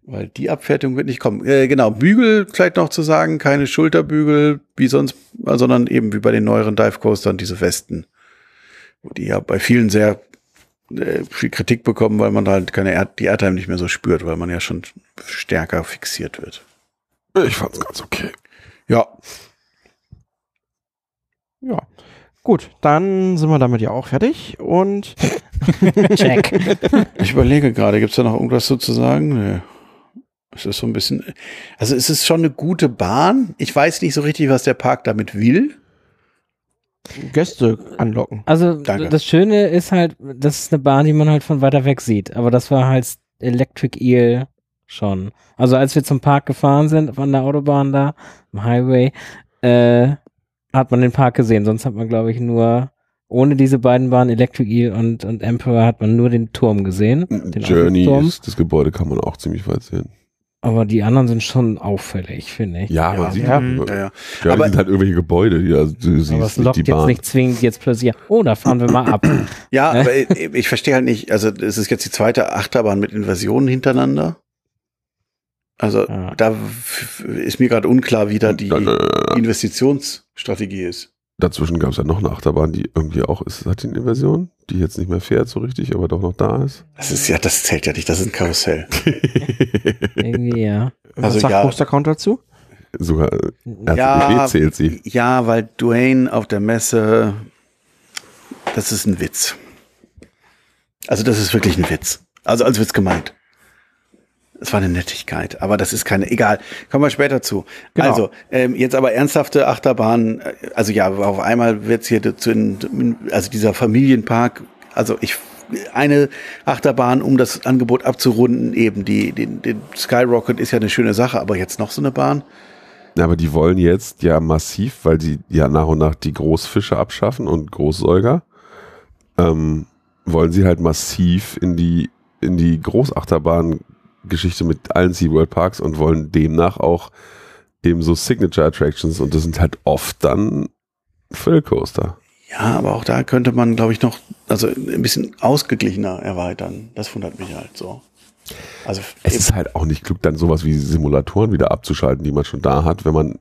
D: weil die Abfertigung wird nicht kommen. Äh, genau, Bügel vielleicht noch zu sagen, keine Schulterbügel, wie sonst, äh, sondern eben wie bei den neueren Dive-Coastern diese Westen, wo die ja bei vielen sehr äh, viel Kritik bekommen, weil man halt keine Air die Airtime nicht mehr so spürt, weil man ja schon stärker fixiert wird.
C: Ich fand's ganz okay.
D: Ja.
A: Ja. Gut, dann sind wir damit ja auch fertig und
E: Check.
D: Ich überlege gerade, gibt es da noch irgendwas so zu sagen? Nö. Es ist so ein bisschen. Also, es ist schon eine gute Bahn. Ich weiß nicht so richtig, was der Park damit will.
A: Gäste anlocken.
E: Also
D: Danke.
E: das Schöne ist halt, das ist eine Bahn, die man halt von weiter weg sieht. Aber das war halt Electric Eel schon. Also als wir zum Park gefahren sind, von der Autobahn da, am Highway, äh, hat man den Park gesehen. Sonst hat man, glaube ich, nur ohne diese beiden Bahnen, Electric Eel und, und Emperor, hat man nur den Turm gesehen.
C: Mm,
E: Den
C: Journey
E: Aussichtsturm.
C: ist, das Gebäude kann man auch ziemlich weit sehen.
E: Aber die anderen sind schon auffällig, finde ich.
C: Ja,
D: Ja.
C: man sieht
A: Ja.
C: Journey
D: Ja, ja.
C: aber
D: Aber-
C: sind halt irgendwelche Gebäude, ja, du
E: Aber es
C: siehst nicht
E: lockt
C: die
E: jetzt
C: Bahn.
E: nicht zwingend jetzt plötzlich, oh, da fahren wir mal ab.
D: ja
E: Ne?
D: aber ich, ich verstehe halt nicht. Also, es ist jetzt die zweite Achterbahn mit Inversionen hintereinander. Also,
E: Ja.
D: da f- ist mir gerade unklar, wie da die
C: Nein, nein, nein, nein.
D: Investitionsstrategie ist.
C: Dazwischen gab es ja noch eine Achterbahn, die irgendwie auch ist, hat die eine Inversion, die jetzt nicht mehr fährt so richtig, aber doch noch da ist.
D: Das ist ja, das zählt ja nicht, das ist ein Karussell.
E: Irgendwie, ja.
A: Was
D: Also
A: sagt
D: ja.
A: Poster Count dazu?
C: Sogar
D: Ja.
C: RCB zählt sie.
D: Ja, weil Dwayne auf der Messe, das ist ein Witz. Also das ist wirklich ein Witz. Also als Witz gemeint. Es war eine Nettigkeit, aber das ist keine, egal. Kommen wir später zu.
A: Genau.
D: Also, ähm, jetzt aber ernsthafte Achterbahnen. äh, Also ja, auf einmal wird es hier zu, in- also dieser Familienpark, also ich, eine Achterbahn, um das Angebot abzurunden, eben die, den, den Skyrocket ist ja eine schöne Sache, aber jetzt noch so eine Bahn.
C: Ja, aber die wollen jetzt ja massiv, weil die ja nach und nach die Großfische abschaffen und Großsäuger, ähm, wollen sie halt massiv in die, in die Großachterbahn-Geschichte mit allen SeaWorld Parks und wollen demnach auch eben so Signature Attractions und das sind halt oft dann Thrill Coaster.
D: Ja, aber auch da könnte man, glaube ich, noch also ein bisschen ausgeglichener erweitern. Das wundert mich halt so. Also
C: Es ist halt auch nicht klug, dann sowas wie Simulatoren wieder abzuschalten, die man schon da hat, wenn man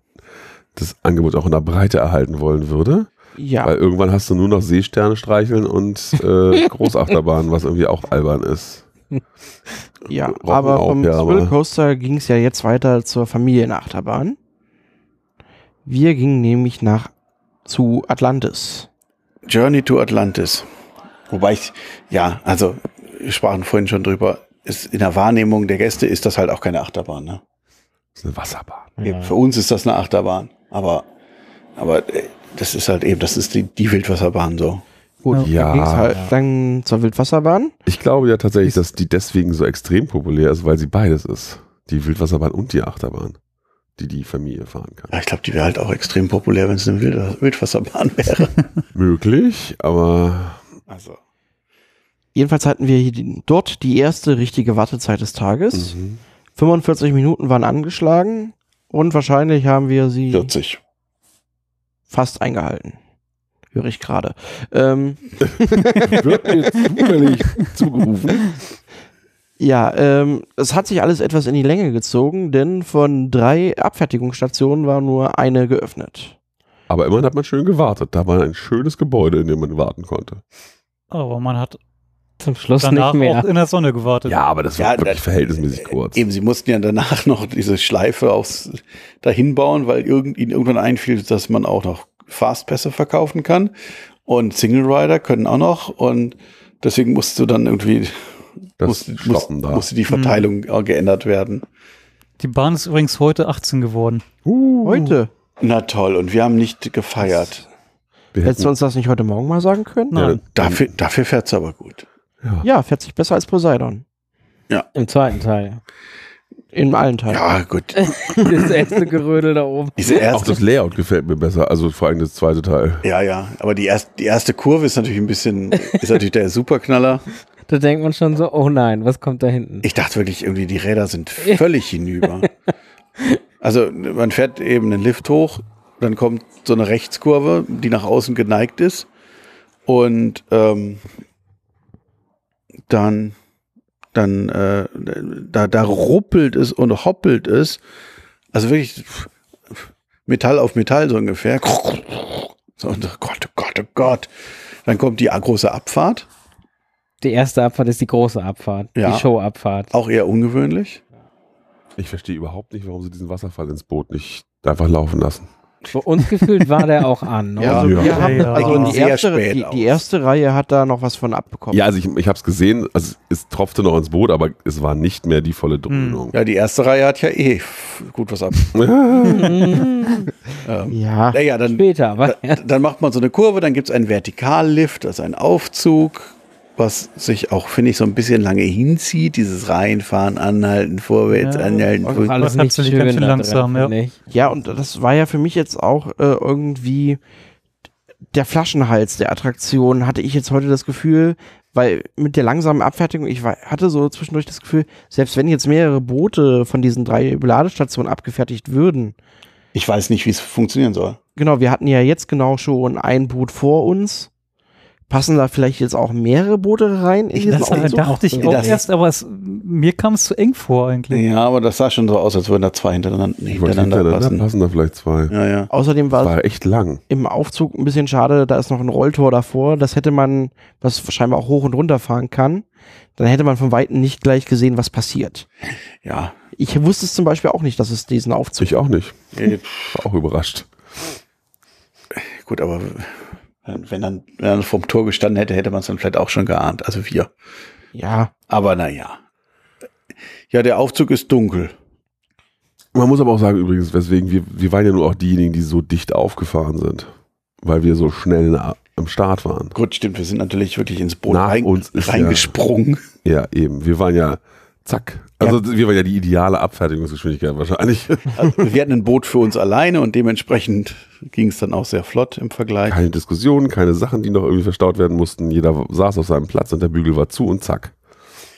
C: das Angebot auch in der Breite erhalten wollen würde.
A: Ja.
C: Weil irgendwann hast du nur noch Seesterne streicheln und äh, Großachterbahn, was irgendwie auch albern ist.
A: Ja,
C: Rocken
A: aber
C: auch,
A: vom
C: ja, aber-
A: Thrill Coaster ging es ja jetzt weiter zur Familienachterbahn. Wir gingen nämlich nach zu Atlantis.
D: Journey to Atlantis. Wobei ich, ja, also wir sprachen vorhin schon drüber, ist in der Wahrnehmung der Gäste ist das halt auch keine Achterbahn. Ne?
C: Das ist eine Wasserbahn.
E: ja.
D: Für uns ist das eine Achterbahn. Aber, aber äh, das ist halt eben, das ist die, die Wildwasserbahn so.
A: Gut,
C: Ja.
A: dann ging's halt dann zur Wildwasserbahn.
C: Ich glaube ja tatsächlich, dass die deswegen so extrem populär ist, weil sie beides ist. Die Wildwasserbahn und die Achterbahn, die die Familie fahren kann.
D: Ja, ich glaube, die wäre halt auch extrem populär, wenn es eine Wild- Wildwasserbahn wäre.
C: Möglich, aber
D: Also.
A: Jedenfalls hatten wir hier die, dort die erste richtige Wartezeit des Tages.
C: Mhm.
A: 45 Minuten waren angeschlagen und wahrscheinlich haben wir sie
D: 40.
A: fast eingehalten. Höre ich gerade. Ähm,
C: wird mir zufällig zugerufen.
A: Ja, ähm, es hat sich alles etwas in die Länge gezogen, denn von drei Abfertigungsstationen war nur eine geöffnet.
C: Aber immerhin hat man schön gewartet. Da war ein schönes Gebäude, in dem man warten konnte.
B: Aber man hat
E: Zum Schluss
B: danach
E: nicht mehr.
B: auch in der Sonne gewartet.
C: Ja, aber das
D: Ja,
C: war wirklich
D: das-
C: verhältnismäßig kurz.
D: Eben, sie mussten ja danach noch diese Schleife aufs, dahin bauen, weil irgend, ihnen irgendwann einfiel, dass man auch noch Fastpässe verkaufen kann. Und Single Rider können auch noch. Und deswegen musste dann irgendwie
C: Das
D: musste,
C: Stoppen
D: musste,
C: da.
D: musste die Verteilung auch geändert werden.
B: Die Bahn ist übrigens heute 18 geworden.
C: Uh.
A: Heute.
D: Na toll, und wir haben nicht gefeiert.
C: Wir
A: Hättest du
C: hätten,
A: uns das nicht heute Morgen mal sagen können?
B: Nein.
D: Dafür, dafür fährt's aber gut.
A: Ja, fährt sich besser als Poseidon.
E: Im zweiten Teil.
A: In allen Teilen.
D: Ja, gut.
E: das erste Gerödel da oben.
D: Diese
C: auch
D: erste,
C: das Layout gefällt mir besser, also vor allem das zweite Teil.
D: ja, ja. Aber die, erst, die erste Kurve ist natürlich ein bisschen, ist natürlich der Superknaller.
E: Da denkt man schon so, oh nein, was kommt da hinten?
D: Ich dachte wirklich, irgendwie die Räder sind völlig hinüber. Also man fährt eben einen Lift hoch, dann kommt so eine Rechtskurve, die nach außen geneigt ist. Und ähm, dann, dann äh, da, da ruppelt es und hoppelt es. Also wirklich pff, pff, Metall auf Metall so ungefähr. So, und so, Gott, oh Gott, oh Gott. Dann kommt die große Abfahrt.
E: Die erste Abfahrt ist die große Abfahrt,
D: Ja.
E: die Showabfahrt.
D: Auch eher ungewöhnlich.
C: Ich verstehe überhaupt nicht, warum sie diesen Wasserfall ins Boot nicht einfach laufen lassen.
E: Bei uns gefühlt war der auch an. ne?
D: Ja.
A: Also
C: Ja.
A: wir haben,
B: Ja.
A: also
D: Ging
A: die,
D: sehr
A: erste,
D: spät
A: die,
D: aus.
A: die erste Reihe hat da noch was von abbekommen.
C: Ja, also ich, ich habe es gesehen, also es tropfte noch ins Boot, aber es war nicht mehr die volle Dröhnung.
D: Ja, die erste Reihe hat ja eh f- gut was ab. ähm,
A: Ja.
D: naja, dann,
E: Später, aber
D: da- dann macht man so eine Kurve, dann gibt es einen Vertikallift, also einen Aufzug, was sich auch, finde ich, so ein bisschen lange hinzieht. Dieses Reinfahren, Anhalten, vorwärts,
B: Ja.
D: anhalten.
A: Und
D: vorwärts.
E: alles
B: Das
E: nicht
B: natürlich
E: schön
B: ganz schön
E: da drin,
B: langsam, ja.
E: finde ich.
A: Ja, und das war ja für mich jetzt auch äh, irgendwie der Flaschenhals der Attraktion, hatte ich jetzt heute das Gefühl, weil mit der langsamen Abfertigung, ich war, hatte so zwischendurch das Gefühl, selbst wenn jetzt mehrere Boote von diesen drei Beladestationen abgefertigt würden,
D: Ich weiß nicht, wie es funktionieren soll.
A: genau, wir hatten ja jetzt genau schon ein Boot vor uns, passen da vielleicht jetzt auch mehrere Boote rein? in
D: Ich
A: diesen
B: Das
D: lasse-
A: Aufzug?
B: dachte ich auch
D: Das-
B: erst, aber es, mir kam es zu eng vor eigentlich.
D: Ja, aber das sah schon so aus, als würden da zwei hintereinander,
C: Ich
D: hintereinander
C: wollte hintereinander passen.
D: passen.
C: passen da vielleicht zwei.
D: Ja, ja.
A: Außerdem war es
C: War echt lang.
A: im Aufzug ein bisschen schade, da ist noch ein Rolltor davor, das hätte man, was scheinbar auch hoch und runter fahren kann, dann hätte man von Weitem nicht gleich gesehen, was passiert.
D: Ja.
A: Ich wusste es zum Beispiel auch nicht, dass es diesen Aufzug
C: Ich auch nicht.
D: Äh,
C: War auch überrascht.
D: Gut, aber wenn dann, wenn dann vom Tor gestanden hätte, hätte man es dann vielleicht auch schon geahnt. Also wir.
A: Ja,
D: Aber naja. Ja, der Aufzug ist dunkel.
C: Man muss aber auch sagen, übrigens, weswegen wir, wir waren ja nur auch diejenigen, die so dicht aufgefahren sind, weil wir so schnell na, am Start waren.
D: Gut, stimmt, wir sind natürlich wirklich ins Boot
C: Nach
D: rein,
C: uns ist
D: reingesprungen.
C: Ja, eben. Wir waren ja, zack. Also wir waren ja die ideale Abfertigungsgeschwindigkeit wahrscheinlich.
D: Also, wir hatten ein Boot für uns alleine und dementsprechend ging es dann auch sehr flott im Vergleich.
C: Keine Diskussionen, keine Sachen, die noch irgendwie verstaut werden mussten. Jeder saß auf seinem Platz und der Bügel war zu und zack.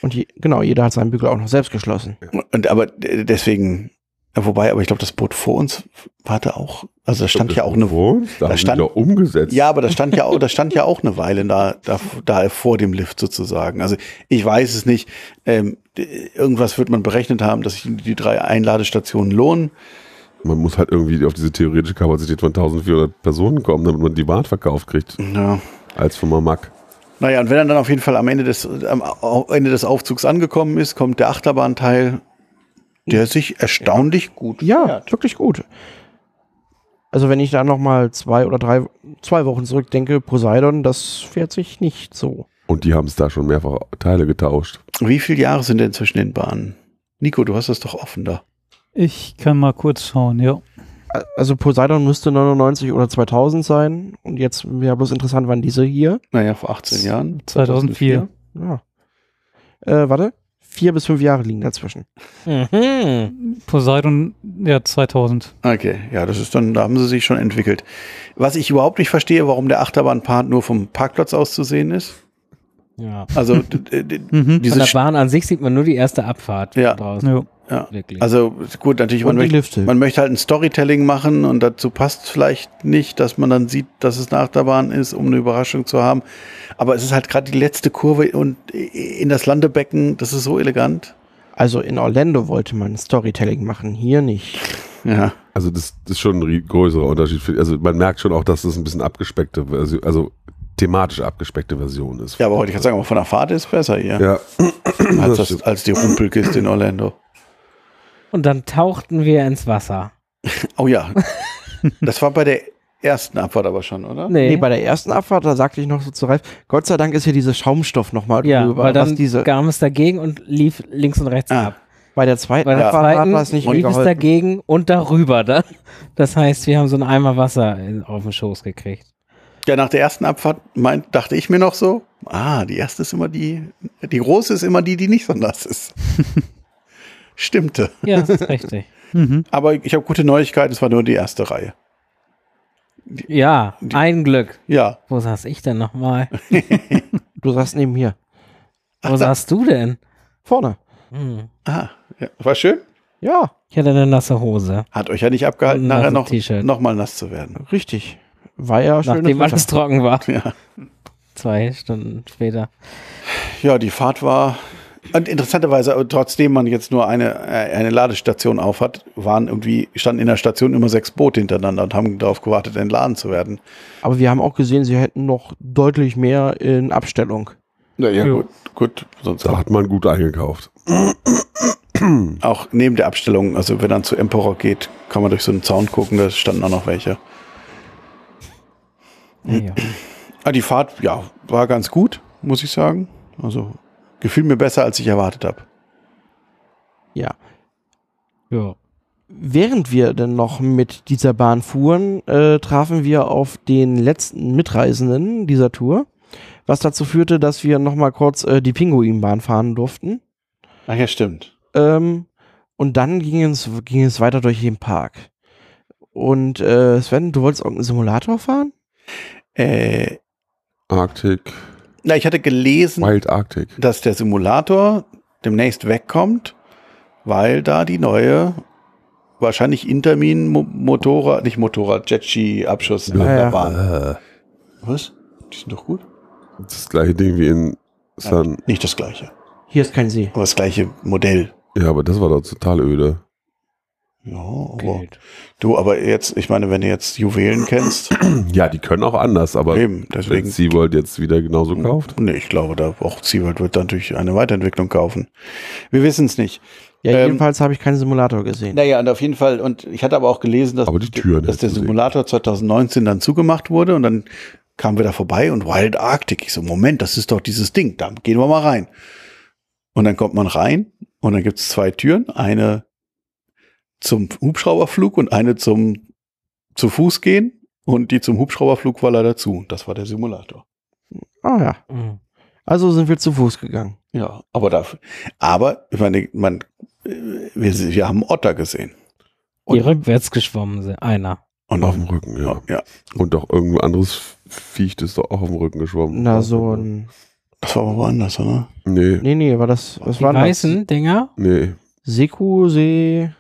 A: und je, genau, jeder hat seinen Bügel auch noch selbst geschlossen.
D: Und aber d- deswegen, ja, wobei, aber ich glaube, das Boot vor uns warte auch, also da stand ja auch eine
C: Wohnung. Da,
D: da
C: haben
D: stand-
C: stand, wieder umgesetzt.
D: Ja, aber das stand ja auch, das stand ja auch eine Weile da, da, da vor dem Lift sozusagen. Also ich weiß es nicht. Ähm, d- irgendwas wird man berechnet haben, dass sich die drei Einladestationen lohnen.
C: Man muss halt irgendwie auf diese theoretische Kapazität von 1400 Personen kommen, damit man die Bahn verkauft kriegt,
D: Ja.
C: als von Mamak.
D: Naja, und wenn er dann auf jeden Fall am Ende des, am Au- Ende des Aufzugs angekommen ist, kommt der Achterbahnteil, der sich erstaunlich gut
A: Ja,
D: fährt.
A: wirklich gut. Also wenn ich da nochmal zwei oder drei, zwei Wochen zurückdenke, Poseidon, das fährt sich nicht so.
C: Und die haben es da schon mehrfach Teile getauscht.
D: Wie viele Jahre sind denn zwischen den Bahnen? Nico, du hast das doch offen da.
B: Ich kann mal kurz schauen, ja.
A: A- Also Poseidon müsste 99 oder 2000 sein und jetzt wäre bloß interessant, wann diese hier.
D: Naja, vor 18 Jahren.
B: 2004.
A: Ja. Äh, warte, vier bis fünf Jahre liegen dazwischen.
E: Mhm.
B: Poseidon, ja, 2000.
D: Okay, ja, das ist dann, da haben sie sich schon entwickelt. Was ich überhaupt nicht verstehe, warum der Achterbahnpart nur vom Parkplatz aus zu sehen ist.
E: Ja.
D: Also d- d- d-
B: Mhm.
E: Von
D: diese
E: der
D: Sch-
E: Bahn an sich sieht man nur die erste Abfahrt
D: Ja.
E: draußen.
B: Ja.
D: ja.
E: Wirklich.
D: Also gut, natürlich,
A: und
D: man
A: die
D: möchte,
A: Lifte.
D: man möchte halt ein Storytelling machen und dazu passt vielleicht nicht, dass man dann sieht, dass es eine Achterbahn ist, um eine Überraschung zu haben. Aber es ist halt gerade die letzte Kurve und in das Landebecken, das ist so elegant.
A: Also in Orlando wollte man Storytelling machen, hier nicht.
D: Ja.
C: Also das, das ist schon ein rie- größerer Unterschied. Für, also man merkt schon auch, dass das ein bisschen abgespeckte, Versi- also thematisch abgespeckte Version ist.
D: Ja, aber heute kann ich sagen, aber von der Fahrt ist besser hier
C: Ja,
D: als,
C: das
D: das,
C: stimmt.
D: als die Rumpelkiste in Orlando.
E: Und dann tauchten wir ins Wasser.
D: Oh ja. Das war bei der ersten Abfahrt aber schon, oder?
A: Nee, bei der ersten Abfahrt, da sagte ich noch so zu Ralf, Gott sei Dank ist hier dieser Schaumstoff nochmal
E: ja,
A: drüber.
E: weil dann
A: was diese,
E: kam es dagegen und lief links und rechts
D: Ah.
E: ab.
A: bei der zweiten
E: Bei der
A: Abfahrt
E: zweiten
A: hat das nicht mehr
E: lief es
A: geholfen.
E: dagegen und darüber. Dann. Das heißt, wir haben so einen Eimer Wasser in- auf den Schoß gekriegt.
D: Ja, nach der ersten Abfahrt meint, dachte ich mir noch so, ah, die erste ist immer die, die große ist immer die, die nicht so nass ist. Stimmte.
E: Ja, das ist richtig.
B: Mhm.
D: Aber ich habe gute Neuigkeiten, es war nur die erste Reihe.
E: Ja, ein Glück.
D: Ja.
E: Wo saß ich denn nochmal?
A: Du saßt neben hier.
E: Wo saß du denn?
A: Vorne.
E: Hm.
D: Ah, ja. War schön.
A: Ja,
E: Ich hatte eine nasse Hose.
D: Hat euch ja nicht abgehalten,
E: Und
D: nachher
E: nasses
D: noch,
E: T-Shirt.
D: noch mal nass zu werden.
A: richtig. War ja schön.
E: nachdem alles trocken war.
D: Ja.
E: Zwei Stunden später.
D: ja, die Fahrt war. Und interessanterweise, aber trotzdem man jetzt nur eine, äh, eine Ladestation auf hat, waren irgendwie, standen in der Station immer sechs Boote hintereinander und haben darauf gewartet, entladen zu werden.
A: Aber wir haben auch gesehen, sie hätten noch deutlich mehr in Abstellung.
D: Ja, ja,
B: Ja.
D: gut, gut, sonst
C: Da hat man gut eingekauft.
D: Auch neben der Abstellung, also wenn man zu Emperor geht, kann man durch so einen Zaun gucken, da standen auch noch welche.
E: Ja.
D: Ah, die Fahrt, ja, war ganz gut, muss ich sagen. Also gefiel mir besser, als ich erwartet habe.
A: Ja.
E: ja.
A: Während wir denn noch mit dieser Bahn fuhren, äh, trafen wir auf den letzten Mitreisenden dieser Tour, was dazu führte, dass wir nochmal kurz äh, die Pinguinbahn fahren durften.
D: Ach ja, stimmt.
A: Ähm, und dann ging es, ging es weiter durch den Park. Und äh, Sven, du wolltest irgendeinen Simulator fahren?
D: Äh,
C: Arctic,
D: na, ich hatte gelesen,
C: Wild Arctic.
D: dass der Simulator demnächst wegkommt, weil da die neue, wahrscheinlich Intermin Mo- Motorrad, nicht Motorrad, Jetski Abschuss
C: Ja,
A: ja.
D: waren.
C: Äh,
D: Was? Die sind doch gut.
C: Das gleiche Ding wie in Sun.
D: Nicht das gleiche,
A: Hier ist kein See.
D: aber das gleiche Modell.
C: Ja, aber das war doch total öde.
D: Ja, aber du, aber jetzt, ich meine, wenn du jetzt Juwelen kennst,
C: Ja, die können auch anders, aber
D: eben,
C: wenn
D: deswegen.
C: SeaWorld jetzt wieder genauso kauft.
D: Nee, ich glaube, da auch SeaWorld wird dann natürlich eine Weiterentwicklung kaufen. Wir wissen es nicht.
A: Ja,
D: Ähm,
A: jedenfalls habe ich keinen Simulator gesehen.
D: Naja, und auf jeden Fall, und ich hatte aber auch gelesen, dass,
C: Aber die Türen
D: dass
C: hättest
D: der
C: du sehen
D: Simulator 2019 dann zugemacht wurde und dann kamen wir da vorbei und Wild Arctic. Ich so, Moment, das ist doch dieses Ding, da gehen wir mal rein. Und dann kommt man rein und dann gibt es zwei Türen, eine zum Hubschrauberflug und eine zum zu Fuß gehen und die zum Hubschrauberflug war leider zu. Das war der Simulator.
A: Ah ja.
E: Mhm.
A: Also sind wir zu Fuß gegangen.
D: Ja, aber dafür. Aber, ich meine, man, äh, wir, wir haben Otter gesehen.
E: Die rückwärts geschwommen sind. Einer.
D: Und
C: Auf dem Rücken, ja.
D: ja,
C: Und doch irgendwo anderes Viech das ist doch auch auf dem Rücken geschwommen.
A: Na, so ein.
D: das war aber woanders, oder?
C: Nee,
A: Nee, nee, war das. Was
E: Die
A: war das?
E: weißen Dinger.
C: nee.
A: Seku, See.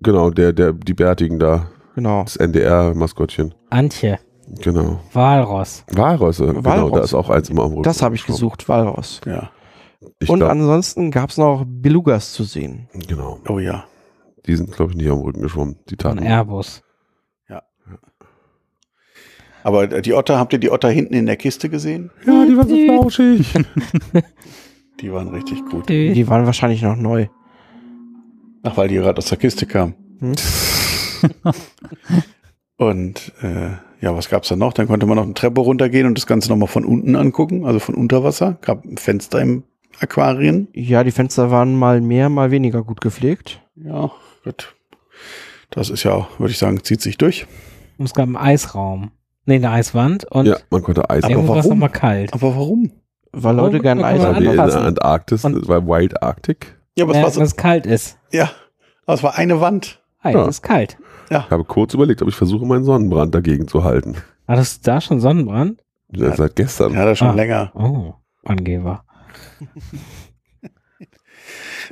C: Genau, der, der, die Bärtigen da.
A: Genau.
C: Das NDR-Maskottchen.
E: Antje.
C: Genau.
E: Walross.
C: Walrösse, genau,
A: Walross.
C: da ist auch eins immer am Rücken.
A: Das habe ich gesucht, Walross.
D: Ja.
C: Ich
A: Und
C: glaub,
A: ansonsten gab es noch Belugas zu sehen.
C: genau.
D: Oh ja.
C: Die sind, glaube ich, nicht am Rücken geschwommen. Die
E: Ein
C: Taten.
E: Airbus.
D: Aber die Otter, habt ihr die Otter hinten in der Kiste gesehen?
C: Ja, die waren so flauschig.
D: Die waren richtig gut.
A: Die waren wahrscheinlich noch neu.
D: Ach, weil die gerade aus der Kiste kamen.
A: Hm?
D: Und äh, ja, was gab's da noch? Dann konnte man noch eine Treppe runtergehen und das Ganze nochmal von unten angucken, also von Unterwasser. Gab ein Fenster im Aquarien.
A: Ja, die Fenster waren mal mehr, mal weniger gut gepflegt.
D: Ja, gut. Das ist ja, würde ich sagen, zieht sich durch.
E: Und es gab einen Eisraum. Nee, eine Eiswand. Und
C: ja, man konnte Eis
D: Aber
E: irgendwo war es
D: warum?
E: nochmal kalt.
D: Aber warum?
A: Weil
E: Oh,
A: Leute
E: gut,
A: gerne
E: man
A: Eis
E: kann
C: Weil
E: man
C: die in
E: anfassen.
C: der Antarktis,
E: Und-
C: bei Wild Arctic.
D: Ja, aber
E: Merken,
D: es war
E: dass
D: so,
E: es kalt ist.
D: ja, aber es war eine Wand.
E: Hey,
C: Ja.
E: Es ist kalt.
C: Ich habe kurz überlegt, ob ich versuche, meinen Sonnenbrand dagegen zu halten.
E: Hattest du da schon Sonnenbrand?
D: Ja.
C: Seit gestern.
D: Ja, das schon
E: Ah.
D: länger.
E: Oh, Angeber.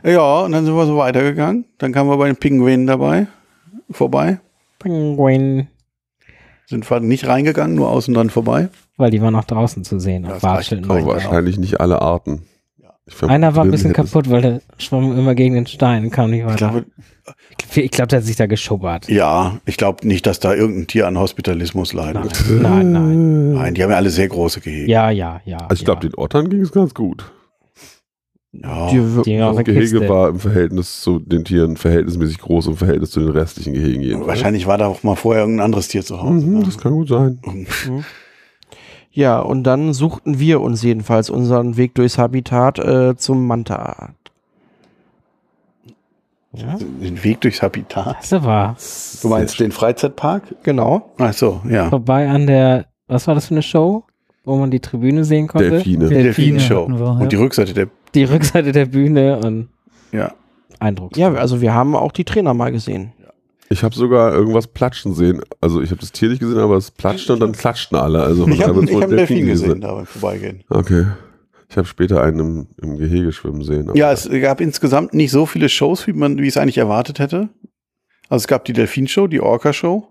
D: Ja, und dann sind wir so weitergegangen. Dann kamen wir bei den Pinguinen dabei vorbei.
E: Penguin.
D: Sind wir nicht reingegangen, nur außen dran vorbei.
E: Weil die waren noch draußen zu sehen.
D: Ja,
E: auf
D: das reicht.
E: Wartschildern.
C: Aber wahrscheinlich nicht alle Arten. Ich vermute,
E: Einer war ein
C: drin
E: bisschen
C: hätte es-
E: kaputt, weil der schwamm immer gegen den Stein und kam nicht
D: Ich
E: weiter.
D: glaube,
E: Ich glaube, glaub, der hat sich da geschubbert.
D: Ja, ich glaube nicht, dass da irgendein Tier an Hospitalismus leidet.
E: Nein, nein.
D: Äh. Nein, die haben ja alle sehr große Gehege.
E: Ja, ja, ja.
C: Also ich glaube,
E: ja.
C: den Ottern ging es ganz gut.
D: Ja.
A: Die wir-
E: die waren
C: Das
E: aus der
C: Gehege
E: Kiste.
C: war im Verhältnis zu den Tieren verhältnismäßig groß im Verhältnis zu den restlichen Gehegen jedenfalls.
D: Wahrscheinlich war da auch mal vorher irgendein anderes Tier zu Hause.
C: Mhm,
D: ne?
C: das kann gut sein.
A: ja, und dann suchten wir uns jedenfalls unseren Weg durchs Habitat äh, zum Manta.
E: ja.
D: Den Weg durchs Habitat.
E: Das war
D: Du meinst den Freizeitpark?
A: Genau.
D: Ach so, ja.
E: vorbei an der, was war das für eine Show? Wo man die Tribüne sehen konnte?
C: Delfine.
D: Delfin-Show.
B: hatten wir, ja.
D: Und die Rückseite der.
E: Die Rückseite der Bühne und
D: Ja.
E: eindrucksvoll.
A: Ja, also wir haben auch die Trainer mal gesehen.
C: Ich habe sogar irgendwas platschen sehen. Also ich habe das Tier nicht gesehen, aber es platschte und dann klatschten alle. Also
D: Ich habe
C: wahrscheinlich
D: ich
C: wohl
D: hab einen Delfin
C: gewesen.
D: gesehen, da beim Vorbeigehen.
C: Okay. Ich habe später einen im, im Gehege schwimmen sehen. aber-
D: Ja, es gab insgesamt nicht so viele Shows, wie man, wie ich es eigentlich erwartet hätte. Also es gab die Delfin-Show, die Orca-Show.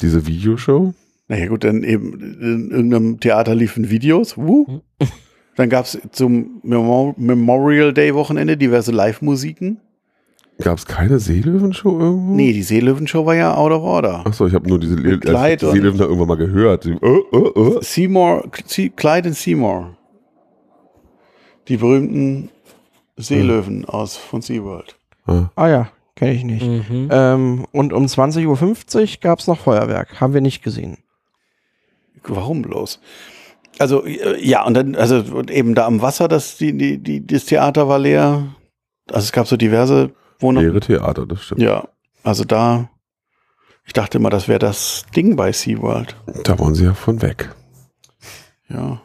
C: Diese Videoshow?
D: Naja, gut, dann eben in irgendeinem Theater liefen Videos. Wuh. Dann gab es zum Memo Memorial Day Wochenende diverse Live-Musiken.
C: Gab es keine Seelöwenshow irgendwo?
D: Nee, die Seelöwenshow war ja out of order.
C: Achso, ich habe nur diese Le
D: Mit Kleid
C: also
D: und-
C: die Seelöwen da irgendwann mal gehört. Die, äh, äh, äh.
D: Seymour, C Clyde und Seymour. Die berühmten Seelöwen aus von SeaWorld.
C: Ah,
A: Ah ja, kenne ich nicht.
E: Mhm.
A: Ähm, und um 20.50 Uhr gab es noch Feuerwerk. Haben wir nicht gesehen.
D: Warum bloß? Also, äh, ja, und dann, also und eben da am Wasser, das, die, die, die, das Theater war leer. Also es gab so diverse Wohnungen.
C: leere Theater, das stimmt.
D: Ja, also da, ich dachte immer, das wäre das Ding bei SeaWorld.
C: Da waren sie ja von weg.
D: Ja.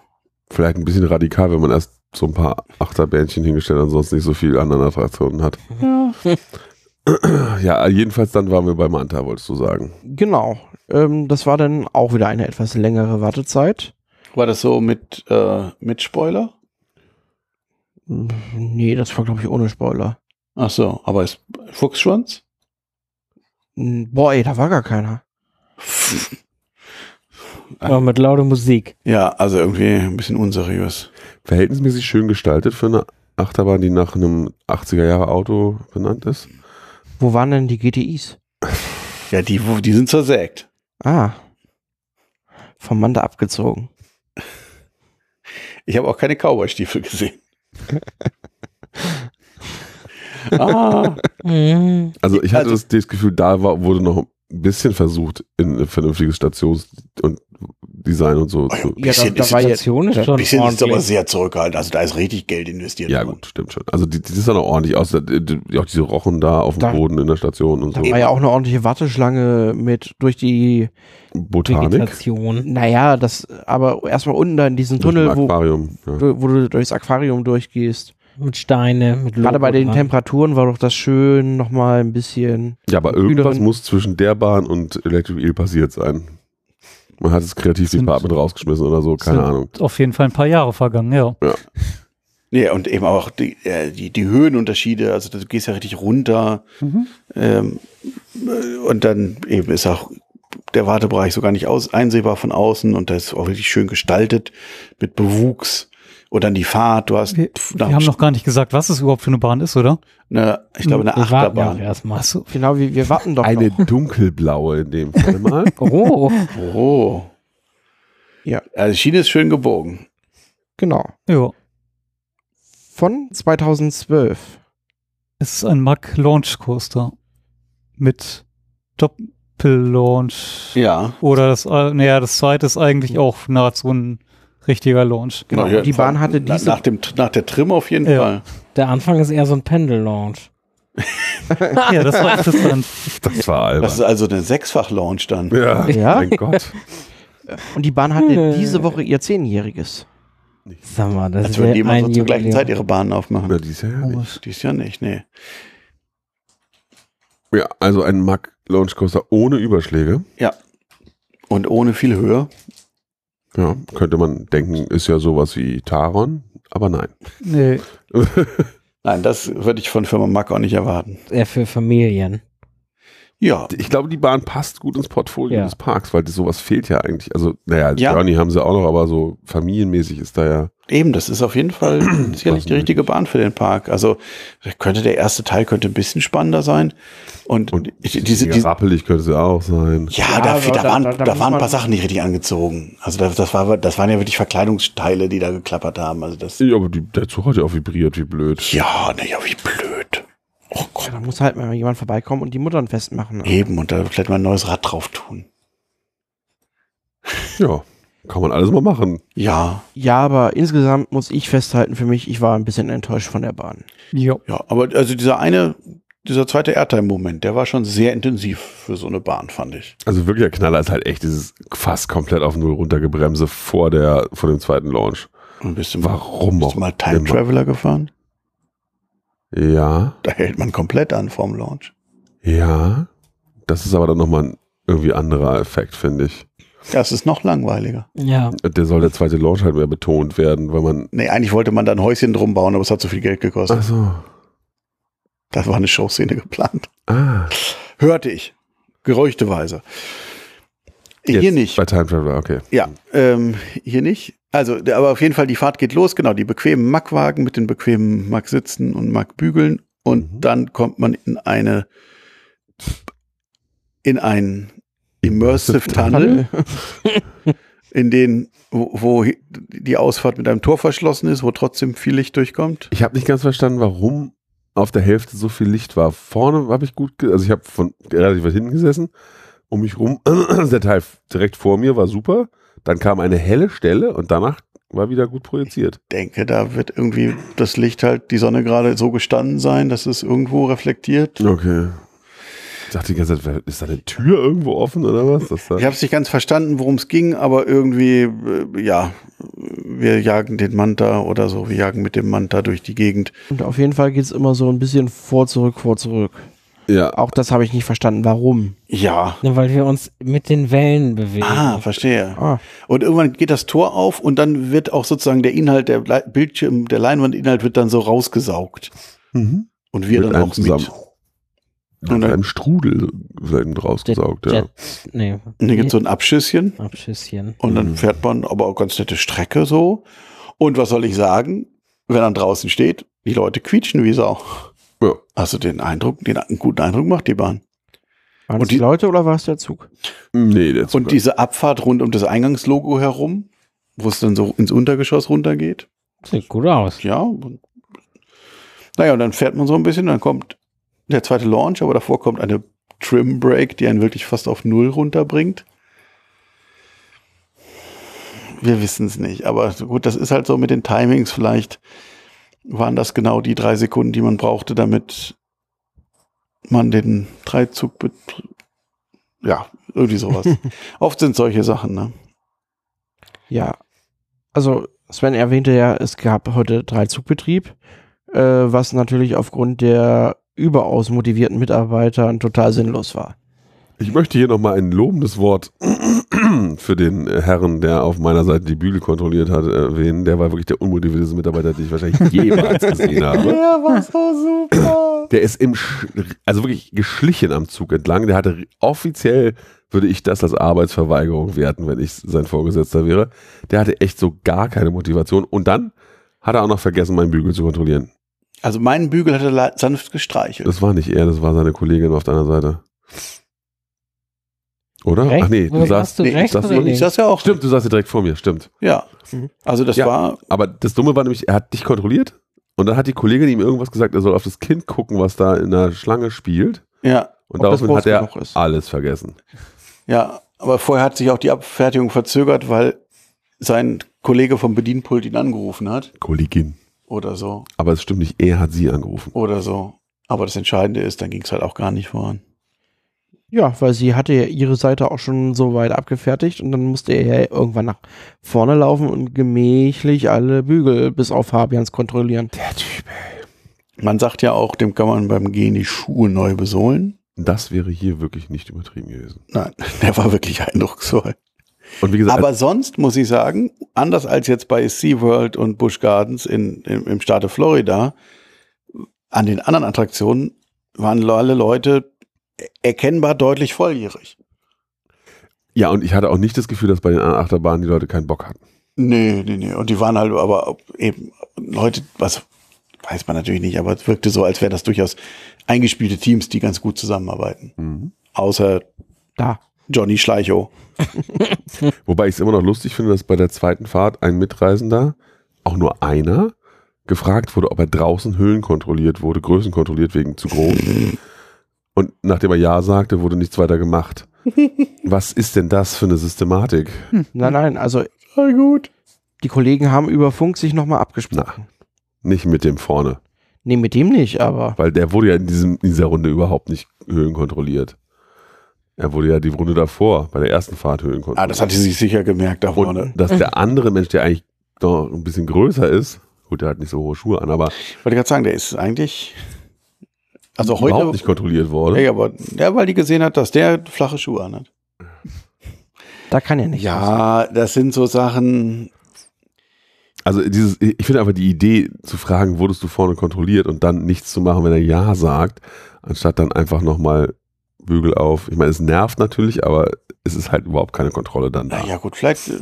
C: Vielleicht ein bisschen radikal, wenn man erst so ein paar Achterbändchen hingestellt hat und sonst nicht so viel anderen Attraktionen hat.
D: ja.
C: Ja, jedenfalls dann waren wir bei Manta, wolltest du sagen.
A: Genau. Ähm, das war dann auch wieder eine etwas längere Wartezeit.
D: War das so mit, äh, mit Spoiler?
A: Hm, Nee, das war, glaube ich, ohne Spoiler.
D: Ach so, aber ist Fuchsschwanz?
A: Hm, Boah, ey, da war gar keiner.
E: Aber mit lauter Musik.
D: Ja, also irgendwie ein bisschen unseriös.
C: Verhältnismäßig schön gestaltet für eine Achterbahn, die nach einem 80er-Jahre-Auto benannt ist.
A: Wo waren denn die GTIs?
D: Ja, die, die sind zersägt.
A: Ah. Vom Manda abgezogen.
D: Ich habe auch keine Cowboy-Stiefel gesehen. ah,
E: Mhm.
C: Also ich hatte
D: Also-
C: das, das Gefühl, da war, wurde noch ein bisschen versucht, in ein vernünftiges Stations- und Design und
A: Oh
C: so zu.
D: Ja, Bisschen ist-
E: Station ist schon
D: bisschen ist aber
E: ordentlich.
D: sehr zurückhaltend. Also da ist richtig Geld investiert.
C: Ja,
D: worden.
C: gut, stimmt schon. Also die, die sah noch ordentlich aus. Die- die- Auch diese Rochen da auf dem
A: Da-
C: Boden in der Station und
A: Da
C: so.
A: war ja auch eine ordentliche Warteschlange mit durch die,
C: Botanik.
E: Vegetation.
A: naja, das, aber erstmal unten da in diesem um
C: durch
A: Tunnel,
C: ein
A: wo,
C: Aquarium. Ja.
A: wo du durchs Aquarium durchgehst.
E: Mit Steine, mit
A: Gerade bei
D: ne?
A: den
E: Temperaturen.
A: Temperaturen war doch das schön nochmal ein bisschen.
C: ja, aber irgendwas
A: Kühlerin-
C: muss zwischen der Bahn und Electric Eel passiert sein. Man hat das Kreativdepartment
B: Sind-
C: rausgeschmissen oder so, keine
B: Sind
C: Ahnung.
B: Auf jeden Fall ein paar Jahre vergangen, ja.
D: Ja, und eben auch die, äh, die, die Höhenunterschiede. Also du gehst ja richtig runter.
B: Mhm.
D: Ähm, äh, und dann eben ist auch der Wartebereich so gar nicht aus, einsehbar von außen und das ist auch richtig schön gestaltet mit Bewuchs. Und dann die Fahrt, du hast
B: Wir,
D: pf,
B: wir haben noch gar nicht gesagt, was es überhaupt für eine Bahn ist, oder? Also,
D: eine, ich glaube, eine
E: Wir warten ja auch
D: Achterbahn.
E: erstmal.
B: Achso.
A: Genau, wir, wir warten doch
C: Eine
A: noch.
C: dunkelblaue in dem Fall mal.
E: Oh,
D: Oh.
A: Ja.
D: Also Schiene ist schön gebogen.
A: Genau.
B: Ja.
A: Von 2012.
B: Es ist ein Mack Launch Coaster. Mit Doppel-Launch.
D: Ja.
B: Oder das, äh, naja, das zweite ist eigentlich auch nahezu ein richtiger Launch.
A: Genau,
D: Ja,
A: die
D: vor allem
A: Bahn hatte
D: na-
A: diese-
D: Nach, dem, nach der Trim auf jeden
B: Ja.
D: Fall.
E: der Anfang ist eher so ein Pendel-Launch.
B: Ja, das war interessant.
C: Das war
D: Das ist
C: albern.
D: also eine Sechsfach-Launch dann.
C: Ja,
A: Ja?
C: mein Gott.
A: Und die Bahn hatte
E: Äh.
A: diese Woche ihr Zehnjähriges.
E: Sag mal, das
D: Als
E: wär
D: würde jemand so
E: ein
D: zur gleichen
E: Jubiläum.
D: Zeit ihre Bahnen aufmachen.
C: Na, die ist ja ja nicht.
D: Die ist ja nicht, nee.
C: Ja, also ein Mack Launch Coaster ohne Überschläge.
D: Und ohne viel Höhe.
C: Ja, könnte man denken, ist ja sowas wie Taron, aber nein.
B: Nee,
D: Nein, das würde ich von Firma Mack auch nicht erwarten.
E: Eher für Familien.
D: Ja,
C: Ich glaube, die Bahn passt gut ins Portfolio
E: Ja.
C: des Parks, weil das, sowas fehlt ja eigentlich. Also, naja,
D: Ja.
C: Journey haben sie auch noch, aber so familienmäßig ist da ja.
D: eben, das ist auf jeden Fall sicherlich die
C: Passend.
D: richtige Bahn für den Park. Also könnte der erste Teil könnte ein bisschen spannender sein. Und,
C: Und
D: ich- diese,
C: mega
D: diese,
C: rappelig könnte sie auch sein.
D: ja,
A: Ja,
D: da,
A: aber
D: da,
A: da-
D: waren,
A: da-
D: da,
A: da muss
D: waren ein paar
A: man-
D: Sachen nicht richtig angezogen. Also das, das, war, das waren ja wirklich Verkleidungsteile, die da geklappert haben. Also das,
C: Ja, aber die, der Zug hat ja auch vibriert, wie blöd.
D: ja, naja, wie blöd. Oh Gott.
A: Ja, da muss halt mal jemand vorbeikommen und die Muttern festmachen.
D: Eben, und da vielleicht mal ein neues Rad drauf tun.
C: Ja, kann man alles mal machen.
D: Ja,
A: Ja, aber insgesamt muss ich festhalten für mich, ich war ein bisschen enttäuscht von der Bahn.
B: jo.
D: ja, aber also dieser eine, dieser zweite Airtime-Moment, der war schon sehr intensiv für so eine Bahn, fand ich.
C: Also wirklich der Knaller ist halt echt dieses fast komplett auf Null runtergebremse vor der, vor dem zweiten Launch.
D: Und bist du,
C: Warum
D: bist du
C: auch?
D: mal Time
C: immer.
D: Traveler gefahren?
C: Ja,
D: Da hält man komplett an vorm Launch.
C: ja. Das ist aber dann nochmal ein irgendwie anderer Effekt, finde ich.
D: Das ist noch langweiliger.
E: Ja.
C: Der soll der zweite Launch halt mehr betont werden, weil man.
D: Nee, eigentlich wollte man da ein Häuschen drum bauen, aber es hat so viel Geld gekostet.
C: Ach so.
D: Da war eine Showszene geplant.
C: Ah.
D: Hörte ich. Gerüchteweise. Hier
C: Jetzt
D: nicht.
C: Bei Time Traveler, okay.
D: Ja, ähm, hier nicht. Also, der- aber auf jeden Fall, die Fahrt geht los, genau, die bequemen Mack-Wagen mit den bequemen Mack-Sitzen und Mack-Bügeln und
C: Mhm.
D: dann kommt man in eine, in einen Immersive Tunnel in denen, wo, wo die Ausfahrt mit einem Tor verschlossen ist, wo trotzdem viel Licht durchkommt.
C: Ich habe nicht ganz verstanden, warum auf der Hälfte so viel Licht war. Vorne habe ich gut, ge also ich habe von relativ weit hinten gesessen, um mich rum. der Teil direkt vor mir war super. Dann kam eine helle Stelle und danach war wieder gut projiziert.
D: Denke, da wird irgendwie das Licht halt, die Sonne gerade so gestanden sein, dass es irgendwo reflektiert.
C: Okay. Ich dachte die ganze Zeit, ist da eine Tür irgendwo offen oder was? Das da
D: Ich habe es nicht ganz verstanden, worum es ging, aber irgendwie, äh, ja, wir jagen den Manta oder so, wir jagen mit dem Manta durch die Gegend.
A: Und auf jeden Fall geht es immer so ein bisschen vor, zurück, vor, zurück.
C: ja,
A: Auch das habe ich nicht verstanden, warum.
D: Ja.
E: Ne, weil wir uns mit den Wellen bewegen.
D: Ah, verstehe.
A: Ah,
D: Und irgendwann geht das Tor auf und dann wird auch sozusagen der Inhalt, der Blei- Bildschirm, der Leinwandinhalt wird dann so rausgesaugt.
C: mhm.
D: Und wir
C: Mit
D: dann
C: einem
D: auch
C: zusammen. mit
D: dann-
C: einem Strudel werden rausgesaugt. Ja.
E: Jet, nee,
D: mit. Und dann gibt's so ein Abschüsschen
E: Abschüsschen.
D: und dann
C: Mhm.
D: fährt man aber auch ganz nette Strecke so. Und was soll ich sagen, wenn man draußen steht, die Leute quietschen wie Sau.
C: Ja.
D: Also den Eindruck, den einen guten Eindruck macht die Bahn.
A: waren
D: Und
A: es die
D: die-
A: Leute oder war es der Zug?
C: Hm, Nee, der Zucker.
D: Und diese Abfahrt rund um das Eingangslogo herum, wo es dann so ins Untergeschoss runtergeht.
E: Sieht gut aus.
D: Ja. und- Naja, und dann fährt man so ein bisschen, dann kommt der zweite Launch, aber davor kommt eine Trim Break, die einen wirklich fast auf Null runterbringt. Wir wissen es nicht, aber so gut, das ist halt so mit den Timings. Vielleicht waren das genau die drei Sekunden, die man brauchte, damit man den Dreizug. bet- Ja, irgendwie sowas. Oft sind solche Sachen, ne?
A: Ja. Also, Sven erwähnte ja, es gab heute Dreizugbetrieb, äh, was natürlich aufgrund der überaus motivierten Mitarbeiter total sinnlos war.
C: Ich möchte hier nochmal ein lobendes Wort für den Herrn, der auf meiner Seite die Bügel kontrolliert hat, erwähnen. Der war wirklich der unmotivierteste Mitarbeiter, den ich wahrscheinlich jemals gesehen habe.
A: Ja, war so super.
C: Der ist im, Sch- also wirklich geschlichen am Zug entlang. Der hatte offiziell, würde ich das als Arbeitsverweigerung werten, wenn ich sein Vorgesetzter wäre. Der hatte echt so gar keine Motivation. Und dann hat er auch noch vergessen, meinen Bügel zu kontrollieren.
D: Also meinen Bügel hat er la- sanft gestreichelt.
C: Das war nicht er, das war seine Kollegin auf deiner Seite. Oder?
E: Rechts?
C: Ach nee, du
E: Wo
C: sagst,
E: hast du
D: Ah, nee,
E: rechts
C: das-
E: oder
D: ich
E: links?
D: das ja auch.
C: stimmt, du saßt hier direkt vor mir, stimmt.
D: Ja.
A: Mhm.
D: Also das
C: Ja.
D: war,
C: Aber das Dumme war nämlich, er hat dich kontrolliert und dann hat die Kollegin ihm irgendwas gesagt, er soll auf das Kind gucken, was da in der Schlange spielt.
D: ja,
C: Und
A: Ob das
C: daraufhin hat
A: groß
C: er
A: genug ist.
C: alles vergessen.
D: ja. Aber vorher hat sich auch die Abfertigung verzögert, weil sein Kollege vom Bedienpult ihn angerufen hat.
C: Kollegin.
D: Oder so.
C: Aber es stimmt nicht, er hat sie angerufen.
D: Oder so. Aber das Entscheidende ist, dann ging es halt auch gar nicht voran.
A: Ja, weil sie hatte ja ihre Seite auch schon so weit abgefertigt und dann musste er ja irgendwann nach vorne laufen und gemächlich alle Bügel bis auf Fabians kontrollieren.
C: Der Typ.
D: Man sagt ja auch, dem kann man beim Gehen die Schuhe neu besohlen.
C: Das wäre hier wirklich nicht übertrieben gewesen.
D: Nein, der war wirklich eindrucksvoll.
C: Und wie gesagt,
D: Aber sonst muss ich sagen, anders als jetzt bei SeaWorld und Busch Gardens in, im, im Staate Florida, an den anderen Attraktionen waren alle Leute erkennbar deutlich volljährig.
C: ja, und ich hatte auch nicht das Gefühl, dass bei den anderen Achterbahnen die Leute keinen Bock hatten.
D: Nee, nee, nee. Und die waren halt aber eben Leute, was weiß man natürlich nicht, aber es wirkte so, als wären das durchaus eingespielte Teams, die ganz gut zusammenarbeiten.
C: Mhm.
D: Außer
A: Da.
D: Johnny Schleichow.
C: Wobei ich es immer noch lustig finde, dass bei der zweiten Fahrt ein Mitreisender, auch nur einer, gefragt wurde, ob er draußen Höhlen kontrolliert wurde, Größen kontrolliert wegen zu groß. Und nachdem er Ja sagte, wurde nichts weiter gemacht. Was ist denn das für eine Systematik?
A: Nein, nein, also
D: Voll gut.
A: die Kollegen haben über Funk sich nochmal abgesprochen.
C: Nicht mit dem vorne,
A: Nee, mit dem nicht, aber
C: weil der wurde ja in, diesem, in dieser Runde überhaupt nicht Höhlen kontrolliert. Er wurde ja die Runde davor, bei der ersten Fahrt Höhlen kontrolliert.
D: Ah, das hatte sie sich sicher gemerkt da vorne.
C: Und dass der andere Mensch, der eigentlich noch ein bisschen größer ist, gut, der hat nicht so hohe Schuhe an, aber
D: Wollte gerade sagen, der ist eigentlich. Also
C: überhaupt
D: heute.
C: nicht kontrolliert wurde.
D: Ey, aber ja, weil die gesehen hat, dass der flache Schuhe anhat.
A: da kann er nicht.
D: Ja, das sind so Sachen.
C: Also dieses, ich finde einfach die Idee zu fragen, wurdest du vorne kontrolliert und dann nichts zu machen, wenn er Ja sagt, anstatt dann einfach nochmal Bügel auf. Ich meine, es nervt natürlich, aber es ist halt überhaupt keine Kontrolle dann da.
D: Naja, gut, vielleicht äh,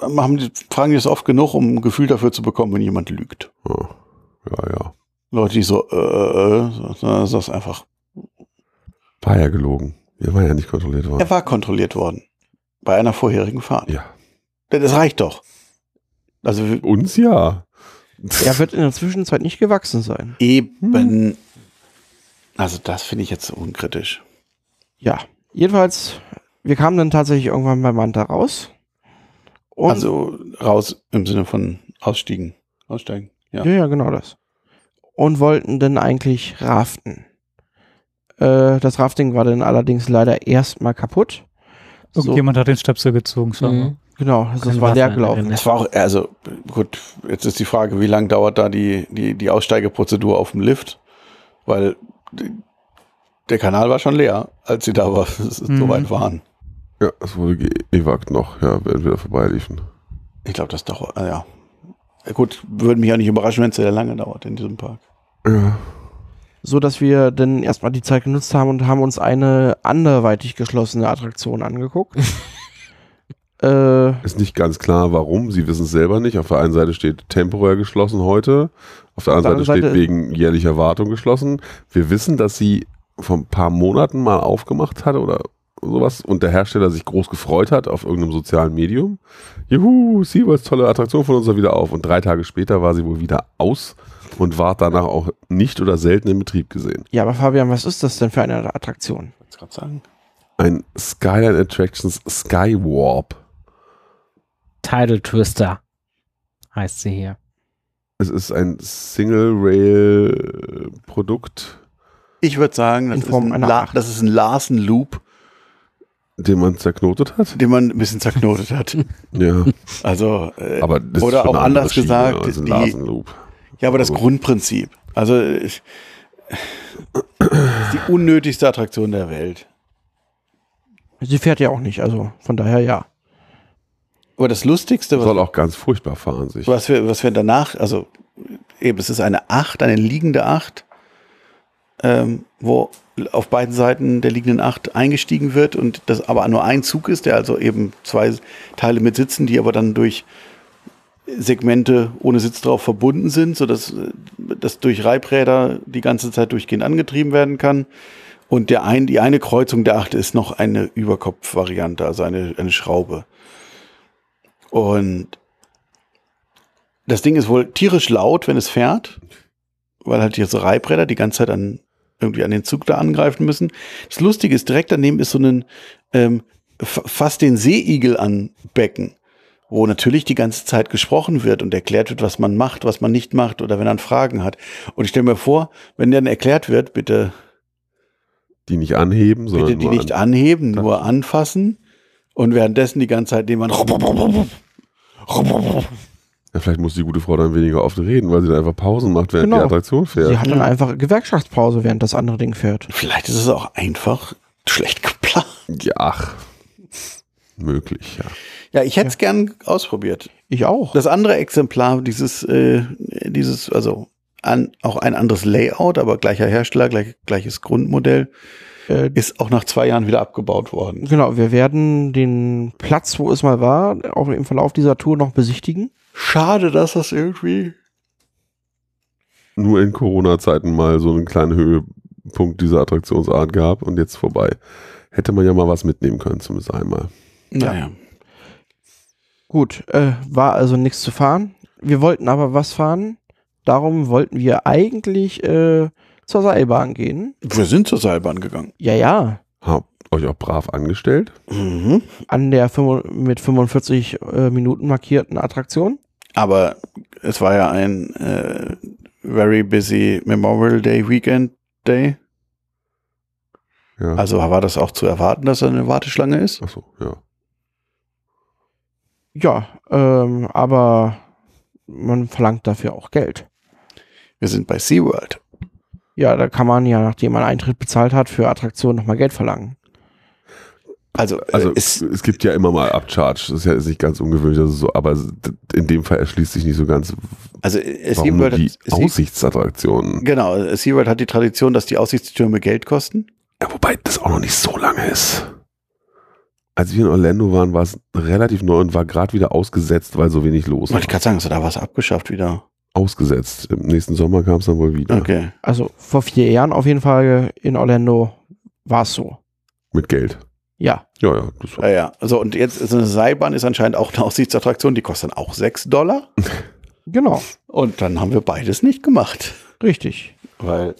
D: haben die, fragen die das oft genug, um ein Gefühl dafür zu bekommen, wenn jemand lügt.
C: Ja, ja. ja.
D: Leute, die so, äh, äh, so- sondern das ist einfach.
C: War ja gelogen. Er war ja nicht kontrolliert worden.
D: Er war kontrolliert worden. Bei einer vorherigen Fahrt.
C: Ja.
D: Das reicht doch. Also
C: Uns ja.
A: Er wird in der Zwischenzeit nicht gewachsen sein.
D: eben. Also das finde ich jetzt unkritisch.
A: Ja. Jedenfalls, wir kamen dann tatsächlich irgendwann bei Manta raus. Und
D: also raus im Sinne von ausstiegen. Aussteigen. Ja.
A: Ja, ja, genau das. Und wollten dann eigentlich raften. Äh, das Rafting war dann allerdings leider erstmal kaputt.
B: Irgendjemand hat den Stöpsel gezogen, schau mal.
E: Mhm.
A: Genau, also es
E: Kein
A: war
E: Wasser
A: leer
E: in der
A: gelaufen.
E: Rinne.
D: Das war auch, also gut, jetzt ist die Frage, wie lange dauert da die, die, die Aussteigeprozedur auf dem Lift? Weil die, der Kanal war schon leer, als sie da war, so
B: Mhm.
D: weit waren.
C: Ja, es wurde geewagt noch, ja, wenn wir da vorbeiliefen.
D: Ich glaube, das dauert, ah, ja. Gut, würde mich auch nicht überraschen, wenn es sehr lange dauert in diesem Park.
C: Ja.
A: So dass wir dann erstmal die Zeit genutzt haben und haben uns eine anderweitig geschlossene Attraktion angeguckt. äh,
C: Ist nicht ganz klar, warum. Sie wissen es selber nicht. Auf der einen Seite steht temporär geschlossen heute. Auf der anderen Seite,
A: anderen Seite-
C: steht wegen jährlicher Wartung geschlossen. Wir wissen, dass sie vor ein paar Monaten mal aufgemacht hatte oder sowas und der Hersteller sich groß gefreut hat auf irgendeinem sozialen Medium. Juhu, Seaworlds tolle Attraktion von uns war wieder auf. Und drei Tage später war sie wohl wieder aus und war danach auch nicht oder selten in Betrieb gesehen.
A: ja, aber Fabian, was ist das denn für eine Attraktion?
D: Wollte ich gerade sagen.
C: Ein Skyline Attractions Skywarp.
E: Tidal Twister heißt sie hier.
C: Es ist ein Single-Rail-Produkt,
D: Ich würde sagen, das
A: In
D: ist,
A: Form
D: ein
A: einer
D: La
A: Acht.
D: das ist ein Larsen-Loop,
C: den man zerknotet hat.
D: den man ein bisschen zerknotet hat.
C: Ja,
D: Also, äh,
C: aber das
D: Oder
C: ist schon
D: auch anders
C: eine andere Schiene
D: gesagt,
C: als ein
D: die-
C: Nasenloop.
D: ja, aber das
C: also-
D: Grundprinzip. Also, ich, das ist die unnötigste Attraktion der Welt.
A: Sie fährt ja auch nicht, also von daher ja.
D: Aber das Lustigste, was
C: Soll auch ganz furchtbar fahren sich.
D: Was wir, was wir danach, also eben, es ist eine Acht, eine liegende Acht, ähm, wo auf beiden Seiten der liegenden Acht eingestiegen wird und das aber nur ein Zug ist, der also eben zwei Teile mit Sitzen, die aber dann durch Segmente ohne Sitz drauf verbunden sind, sodass äh, das durch Reibräder die ganze Zeit durchgehend angetrieben werden kann. Und der ein, die eine Kreuzung der Acht ist noch eine Überkopfvariante, also eine, eine Schraube. Und das Ding ist wohl tierisch laut, wenn es fährt, weil halt diese Reibräder die ganze Zeit an, irgendwie an den Zug da angreifen müssen. Das Lustige ist, direkt daneben ist so ein ähm, fa- fast den Seeigel an Becken, wo natürlich die ganze Zeit gesprochen wird und erklärt wird, was man macht, was man nicht macht oder wenn man Fragen hat. Und ich stelle mir vor, wenn dann erklärt wird, bitte
C: Die nicht anheben, sondern
D: Bitte die
C: nur
D: nicht
C: an.
D: anheben, nur anfassen. Und währenddessen die ganze Zeit jemand.
C: Ja, vielleicht muss die gute Frau dann weniger oft reden, weil sie dann einfach Pausen macht, während
A: Genau.
C: die Attraktion fährt.
A: Sie hat dann einfach Gewerkschaftspause, während das andere Ding fährt.
D: Vielleicht ist es auch einfach schlecht geplant.
C: Ja, ach. Möglich, ja.
D: Ja, ich hätte es gern ausprobiert.
A: Ich auch.
D: Das andere Exemplar, dieses, äh, dieses, also an, auch ein anderes Layout, aber gleicher Hersteller, gleich, gleiches Grundmodell,
A: äh,
D: ist auch nach zwei Jahren wieder abgebaut worden.
A: Genau, wir werden den Platz, wo es mal war, auch im Verlauf dieser Tour noch besichtigen.
D: Schade, dass das irgendwie.
C: Nur in Corona-Zeiten mal so einen kleinen Höhepunkt dieser Attraktionsart gab und jetzt vorbei. Hätte man ja mal was mitnehmen können, zumindest einmal.
D: Naja.
A: Gut, äh, war also nichts zu fahren. Wir wollten aber was fahren. Darum wollten wir eigentlich äh, zur Seilbahn gehen.
D: Wir sind zur Seilbahn gegangen.
A: Ja, ja.
C: Habt euch auch brav angestellt.
D: Mhm.
A: An der 5, mit 45 äh, Minuten markierten Attraktion.
D: Aber es war ja ein äh, very busy Memorial Day Weekend Day.
C: Ja.
D: Also war das auch zu erwarten, dass da eine Warteschlange ist?
C: Achso, ja.
A: Ja, ähm, aber man verlangt dafür auch Geld.
D: Wir sind bei SeaWorld.
A: Ja, da kann man ja, nachdem man Eintritt bezahlt hat, für Attraktionen nochmal Geld verlangen.
D: Also,
C: Also
D: äh,
C: es,
D: es,
C: es gibt ja immer mal Upcharge, das ist ja ist nicht ganz ungewöhnlich, das ist so, aber es- d- in dem Fall erschließt sich nicht so ganz,
D: also äh,
C: warum nur
D: SeaWorld,
C: die
D: hat, Se-
C: Aussichtsattraktionen.
D: genau, äh, SeaWorld hat die Tradition, dass die Aussichtstürme Geld kosten.
C: Ja, wobei das auch noch nicht so lange ist. Als wir in Orlando waren, war es relativ neu und war gerade wieder ausgesetzt, weil so wenig los war.
D: Wollte ich gerade sagen, hast du da was abgeschafft wieder?
C: Ausgesetzt. Im nächsten Sommer kam es dann wohl wieder.
D: Okay.
A: Also vor vier Jahren auf jeden Fall in Orlando war es so.
C: Mit Geld.
A: Ja.
C: Ja, ja, das war.
D: Ja, ja. Also, und jetzt so eine Seilbahn ist anscheinend auch eine Aussichtsattraktion, die kostet dann auch 6 Dollar.
A: Genau,
D: Und dann haben wir beides nicht gemacht.
A: richtig.
D: Weil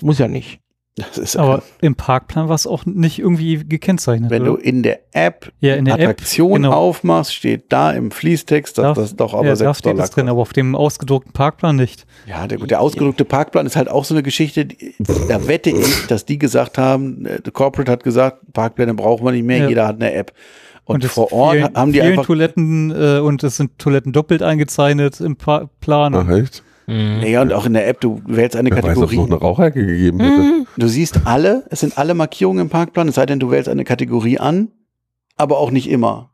A: Muss ja nicht.
D: das ist
B: Aber im Parkplan war es auch nicht irgendwie gekennzeichnet.
D: Wenn du
B: oder?
D: in der App
B: also ja, in der
D: Attraktion
B: App, genau.
D: aufmachst, steht da im Fließtext, dass
B: Darf-
D: das doch aber
B: ja,
D: 6
B: da steht
D: Dollar
B: es drin,
D: kostet.
B: aber auf dem ausgedruckten Parkplan nicht.
D: Ja, der, gut, der ausgedruckte Parkplan ist halt auch so eine Geschichte, die, da wette ich, dass die gesagt haben, äh, der Corporate hat gesagt, Parkpläne brauchen wir nicht mehr,
B: Ja.
D: jeder hat eine App. Und,
B: es
D: vor
B: sind
D: Ort
B: vielen-
D: haben die
B: vielen
D: einfach,
B: Toiletten äh, und es sind Toiletten doppelt eingezeichnet im pa Plan.
C: Ach, echt?
E: Mhm.
D: ja und auch in der App, du wählst genau. eine
C: Wer weiß, ob es
D: Kategorie, Mhm.
C: noch eine Rauchecke gegeben hätte.
D: du siehst alle, es sind alle Markierungen im Parkplan, es sei denn, du wählst eine Kategorie an, aber auch nicht immer.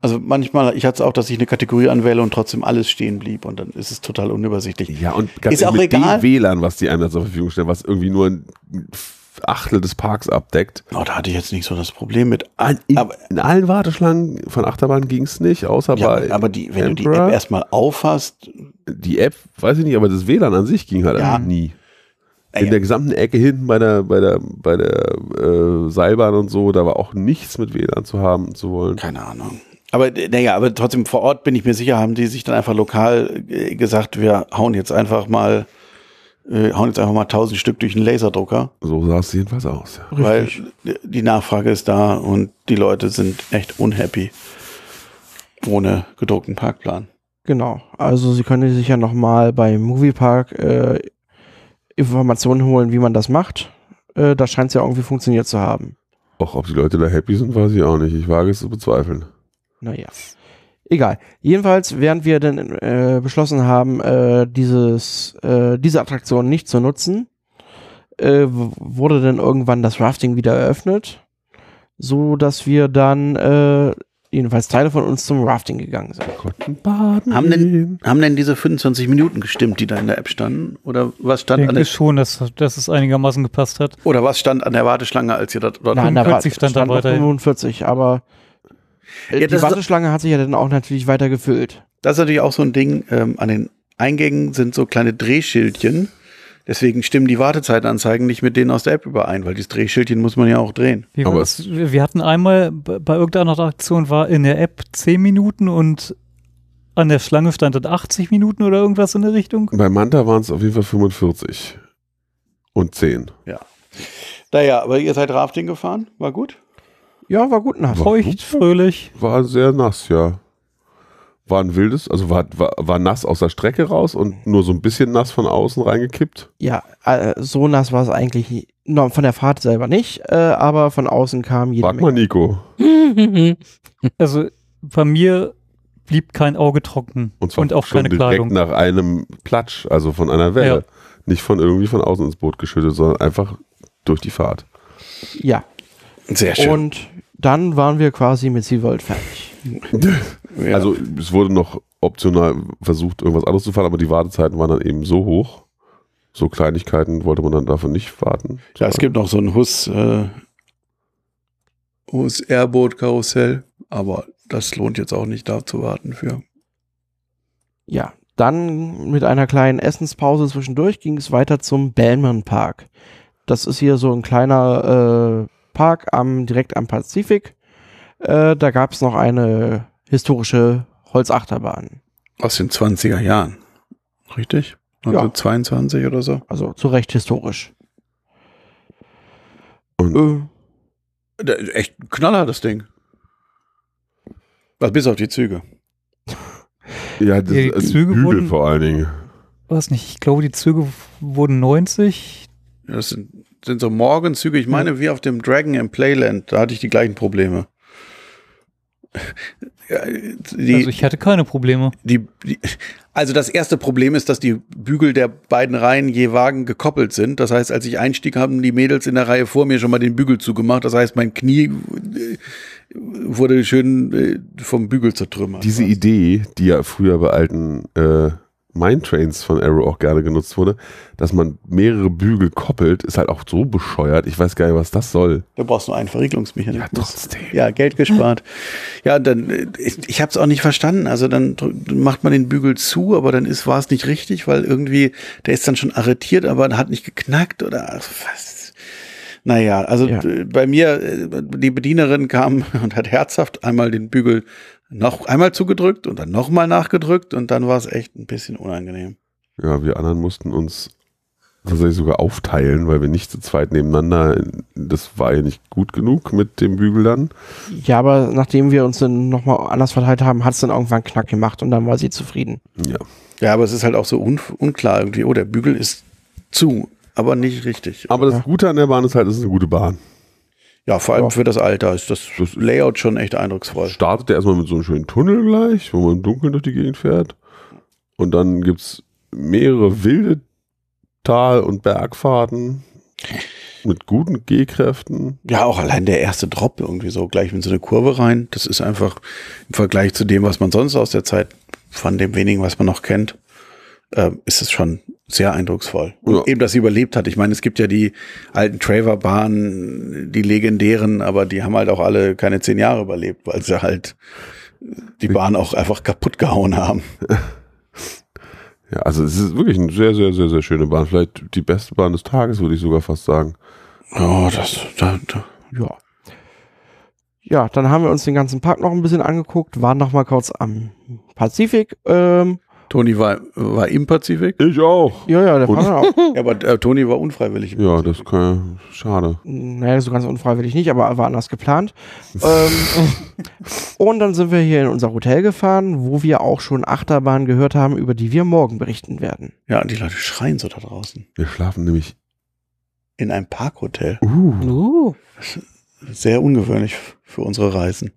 D: Also manchmal, ich hatte es auch, dass ich eine Kategorie anwähle und trotzdem alles stehen blieb und dann ist es total unübersichtlich.
C: Ja, und ganz
D: Ist
C: ehrlich,
D: auch
C: mit
D: egal.
C: dem WLAN, was die einem da zur Verfügung stellen, was irgendwie nur ein Achtel des Parks abdeckt.
D: Oh, da hatte ich jetzt nicht so das Problem mit.
C: in,
D: Aber,
C: in allen Warteschlangen von Achterbahn ging es nicht, außer
D: ja,
C: bei
D: aber die, wenn du die
C: Emperor.
D: App erstmal aufhast,
C: die App, weiß ich nicht, aber das WLAN an sich ging halt
D: Ja.
C: einfach nie. In
D: Naja.
C: der gesamten Ecke hinten bei der, bei der, bei der äh, Seilbahn und so, da war auch nichts mit WLAN zu haben und zu wollen.
D: keine Ahnung. Aber äh, naja, aber trotzdem vor Ort bin ich mir sicher, haben die sich dann einfach lokal äh, gesagt, wir hauen jetzt einfach mal, äh, hauen jetzt einfach mal tausend Stück durch einen Laserdrucker,
C: So sah es jedenfalls aus. Ja.
D: weil äh, die Nachfrage ist da und die Leute sind echt unhappy ohne gedruckten Parkplan.
A: Genau. Also Sie können sich ja nochmal beim Moviepark äh, Informationen holen, wie man das macht. Äh, da scheint es ja irgendwie funktioniert zu haben.
C: Auch ob die Leute da happy sind, weiß ich auch nicht. Ich wage es zu bezweifeln.
A: Naja. Egal. Jedenfalls, während wir dann äh, beschlossen haben, äh, dieses, äh, diese Attraktion nicht zu nutzen, äh, w- wurde dann irgendwann das Rafting wieder eröffnet, so dass wir dann äh, jedenfalls Teile von uns zum Rafting gegangen sind.
C: Konnten baden.
D: Haben denn-
C: gehen.
D: Haben denn diese 25 Minuten gestimmt, die da in der App standen? Oder was
B: Ich
D: stand an
B: denke
D: der,
B: schon, dass, dass es einigermaßen gepasst hat.
D: oder was stand an der Warteschlange, als ihr da, dort
A: Nein, da war,
B: 45 stand da
A: noch
B: weiterhin.
A: 45, aber äh,
D: Ja,
A: die
D: das ist-
A: Warteschlange hat sich ja dann auch natürlich weiter gefüllt.
D: Das ist natürlich auch so ein Ding. Ähm, an den Eingängen sind so kleine Drehschildchen. Deswegen stimmen die Wartezeitenanzeigen nicht mit denen aus der App überein, weil dieses Drehschildchen muss man ja auch drehen.
B: Wie
C: Aber
B: war das? wir wir hatten einmal bei bei irgendeiner Aktion war in der App 10 Minuten und an der Schlange stand dann 80 Minuten oder irgendwas in der Richtung.
C: Bei Manta waren es auf jeden Fall 45 und 10.
D: Naja, aber ihr seid Rafting gefahren, war gut.
A: Ja, war gut nass.
C: War-
B: Feucht, fröhlich.
C: War sehr nass, ja. War ein wildes, also war, war, war nass aus der Strecke raus und nur so ein bisschen nass von außen reingekippt.
A: Ja, äh, so nass war es eigentlich no, von der Fahrt selber nicht, äh, aber von außen kam jede
C: Frag mal Nico.
B: Also bei mir blieb kein Auge trocken und, auch
C: schon
B: keine
C: direkt
B: Kleidung.
C: nach einem Platsch, also von einer Welle. Nicht von irgendwie von außen ins Boot geschüttet, sondern einfach durch die Fahrt.
A: Ja,
D: Sehr
A: und dann waren wir quasi mit SeaWorld fertig.
D: ja.
C: Also es wurde noch optional versucht, irgendwas anderes zu fahren, aber die Wartezeiten waren dann eben so hoch. So Kleinigkeiten wollte man dann davon nicht warten.
D: ja, es gibt noch so ein Hus, äh, Hus Airboot Karussell, aber das lohnt jetzt auch nicht, da zu warten für.
A: Ja, dann mit einer kleinen Essenspause zwischendurch ging es weiter zum Bellman Park. Das ist hier so ein kleiner äh, Park am, direkt am Pazifik. Äh, da gab es noch eine historische Holzachterbahn.
D: Aus den 20er Jahren. Richtig?
A: Ja.
D: 1922 oder so.
A: Also zu Recht historisch.
C: Und-
A: äh,
D: Da- Äh, Echt ein Knaller, das Ding. Also bis auf die Züge.
C: Ja, das
B: Ja, die
C: ist ein
B: Züge
C: Hügel
B: wurden-
C: vor allen Dingen.
B: Weiß nicht, ich glaube, die Züge wurden 90.
D: Ja, Das sind, sind so Morgenzüge. Ich meine, wie auf dem Dragon im Playland, da hatte ich die gleichen Probleme. Ja, Die,
B: also ich hatte keine Probleme.
D: die, die, also das erste Problem ist, dass die Bügel der beiden Reihen je Wagen gekoppelt sind. Das heißt, als ich einstieg, haben die Mädels in der Reihe vor mir schon mal den Bügel zugemacht. Das heißt, mein Knie äh, wurde schön äh, vom Bügel zertrümmert. Also
C: Diese Idee, die ja früher bei alten äh, Mindtrains von Arrow auch gerne genutzt wurde, dass man mehrere Bügel koppelt, ist halt auch so bescheuert. Ich weiß gar nicht, was das soll.
D: da brauchst du einen Verriegelungsmechanismus.
C: trotzdem.
D: Ja, Geld gespart. Ja, dann äh, ich, ich habe es auch nicht verstanden. Also dann drü- macht man den Bügel zu, aber dann ist war es nicht richtig, weil irgendwie der ist dann schon arretiert, aber hat nicht geknackt oder ach, was. Naja, also
A: Ja.
D: d- bei mir, äh, die Bedienerin kam und hat herzhaft einmal den Bügel noch einmal zugedrückt und dann nochmal nachgedrückt und dann war es echt ein bisschen unangenehm.
C: Ja, wir anderen mussten uns tatsächlich sogar aufteilen, weil wir nicht zu zweit nebeneinander, das war ja nicht gut genug mit dem Bügel dann.
A: Ja, aber nachdem wir uns dann nochmal anders verteilt haben, hat es dann irgendwann Knack gemacht und dann war sie zufrieden.
C: Ja.
D: Ja, aber es ist halt auch so un unklar irgendwie. Oh, der Bügel ist zu, aber nicht richtig.
C: Aber das Gute an der Bahn ist halt, es ist eine gute Bahn.
D: Ja, vor allem
A: Ja.
D: für das Alter ist das
C: Das-
D: Layout schon echt eindrucksvoll.
C: Startet der erstmal mit so einem schönen Tunnel gleich, wo man im Dunkeln durch die Gegend fährt. Und dann gibt es mehrere wilde Tal- und Bergfahrten mit guten Gehkräften.
D: Ja, auch allein der erste Drop irgendwie so gleich in so eine Kurve rein. Das ist einfach im Vergleich zu dem, was man sonst aus der Zeit, von dem wenigen, was man noch kennt, äh, ist es schon sehr eindrucksvoll. Und
C: Ja.
D: eben, dass sie überlebt hat. Ich meine, es gibt ja die alten Traver-Bahnen, die legendären, aber die haben halt auch alle keine zehn Jahre überlebt, weil sie halt die Bahn auch einfach kaputt gehauen haben.
C: Ja, also es ist wirklich eine sehr, sehr, sehr, sehr schöne Bahn. Vielleicht die beste Bahn des Tages, würde ich sogar fast sagen.
D: Ja, das, da, da.
A: Ja. Ja, dann haben wir uns den ganzen Park noch ein bisschen angeguckt, waren noch mal kurz am Pazifik. Ähm,
D: Toni war, war im Pazifik.
C: Ich auch.
A: ja, ja, der
C: Und-
A: war dann auch.
D: Ja, aber äh, Toni war unfreiwillig.
C: Ja, das kann schade.
A: Naja, so ganz unfreiwillig nicht, aber war anders geplant. ähm, und dann sind wir hier in unser Hotel gefahren, wo wir auch schon Achterbahnen gehört haben, über die wir morgen berichten werden.
D: Ja, und die Leute schreien so da draußen.
C: Wir schlafen nämlich.
D: In einem Parkhotel.
C: Uh,
E: Uh,
D: Sehr ungewöhnlich f- für unsere Reisen.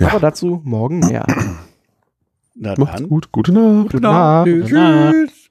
C: Ja.
A: Aber dazu morgen mehr.
D: Na
C: macht's
D: dann.
C: gut. Gute Nacht.
A: Gute Nacht.
E: Gute Nacht.
D: Tschüss.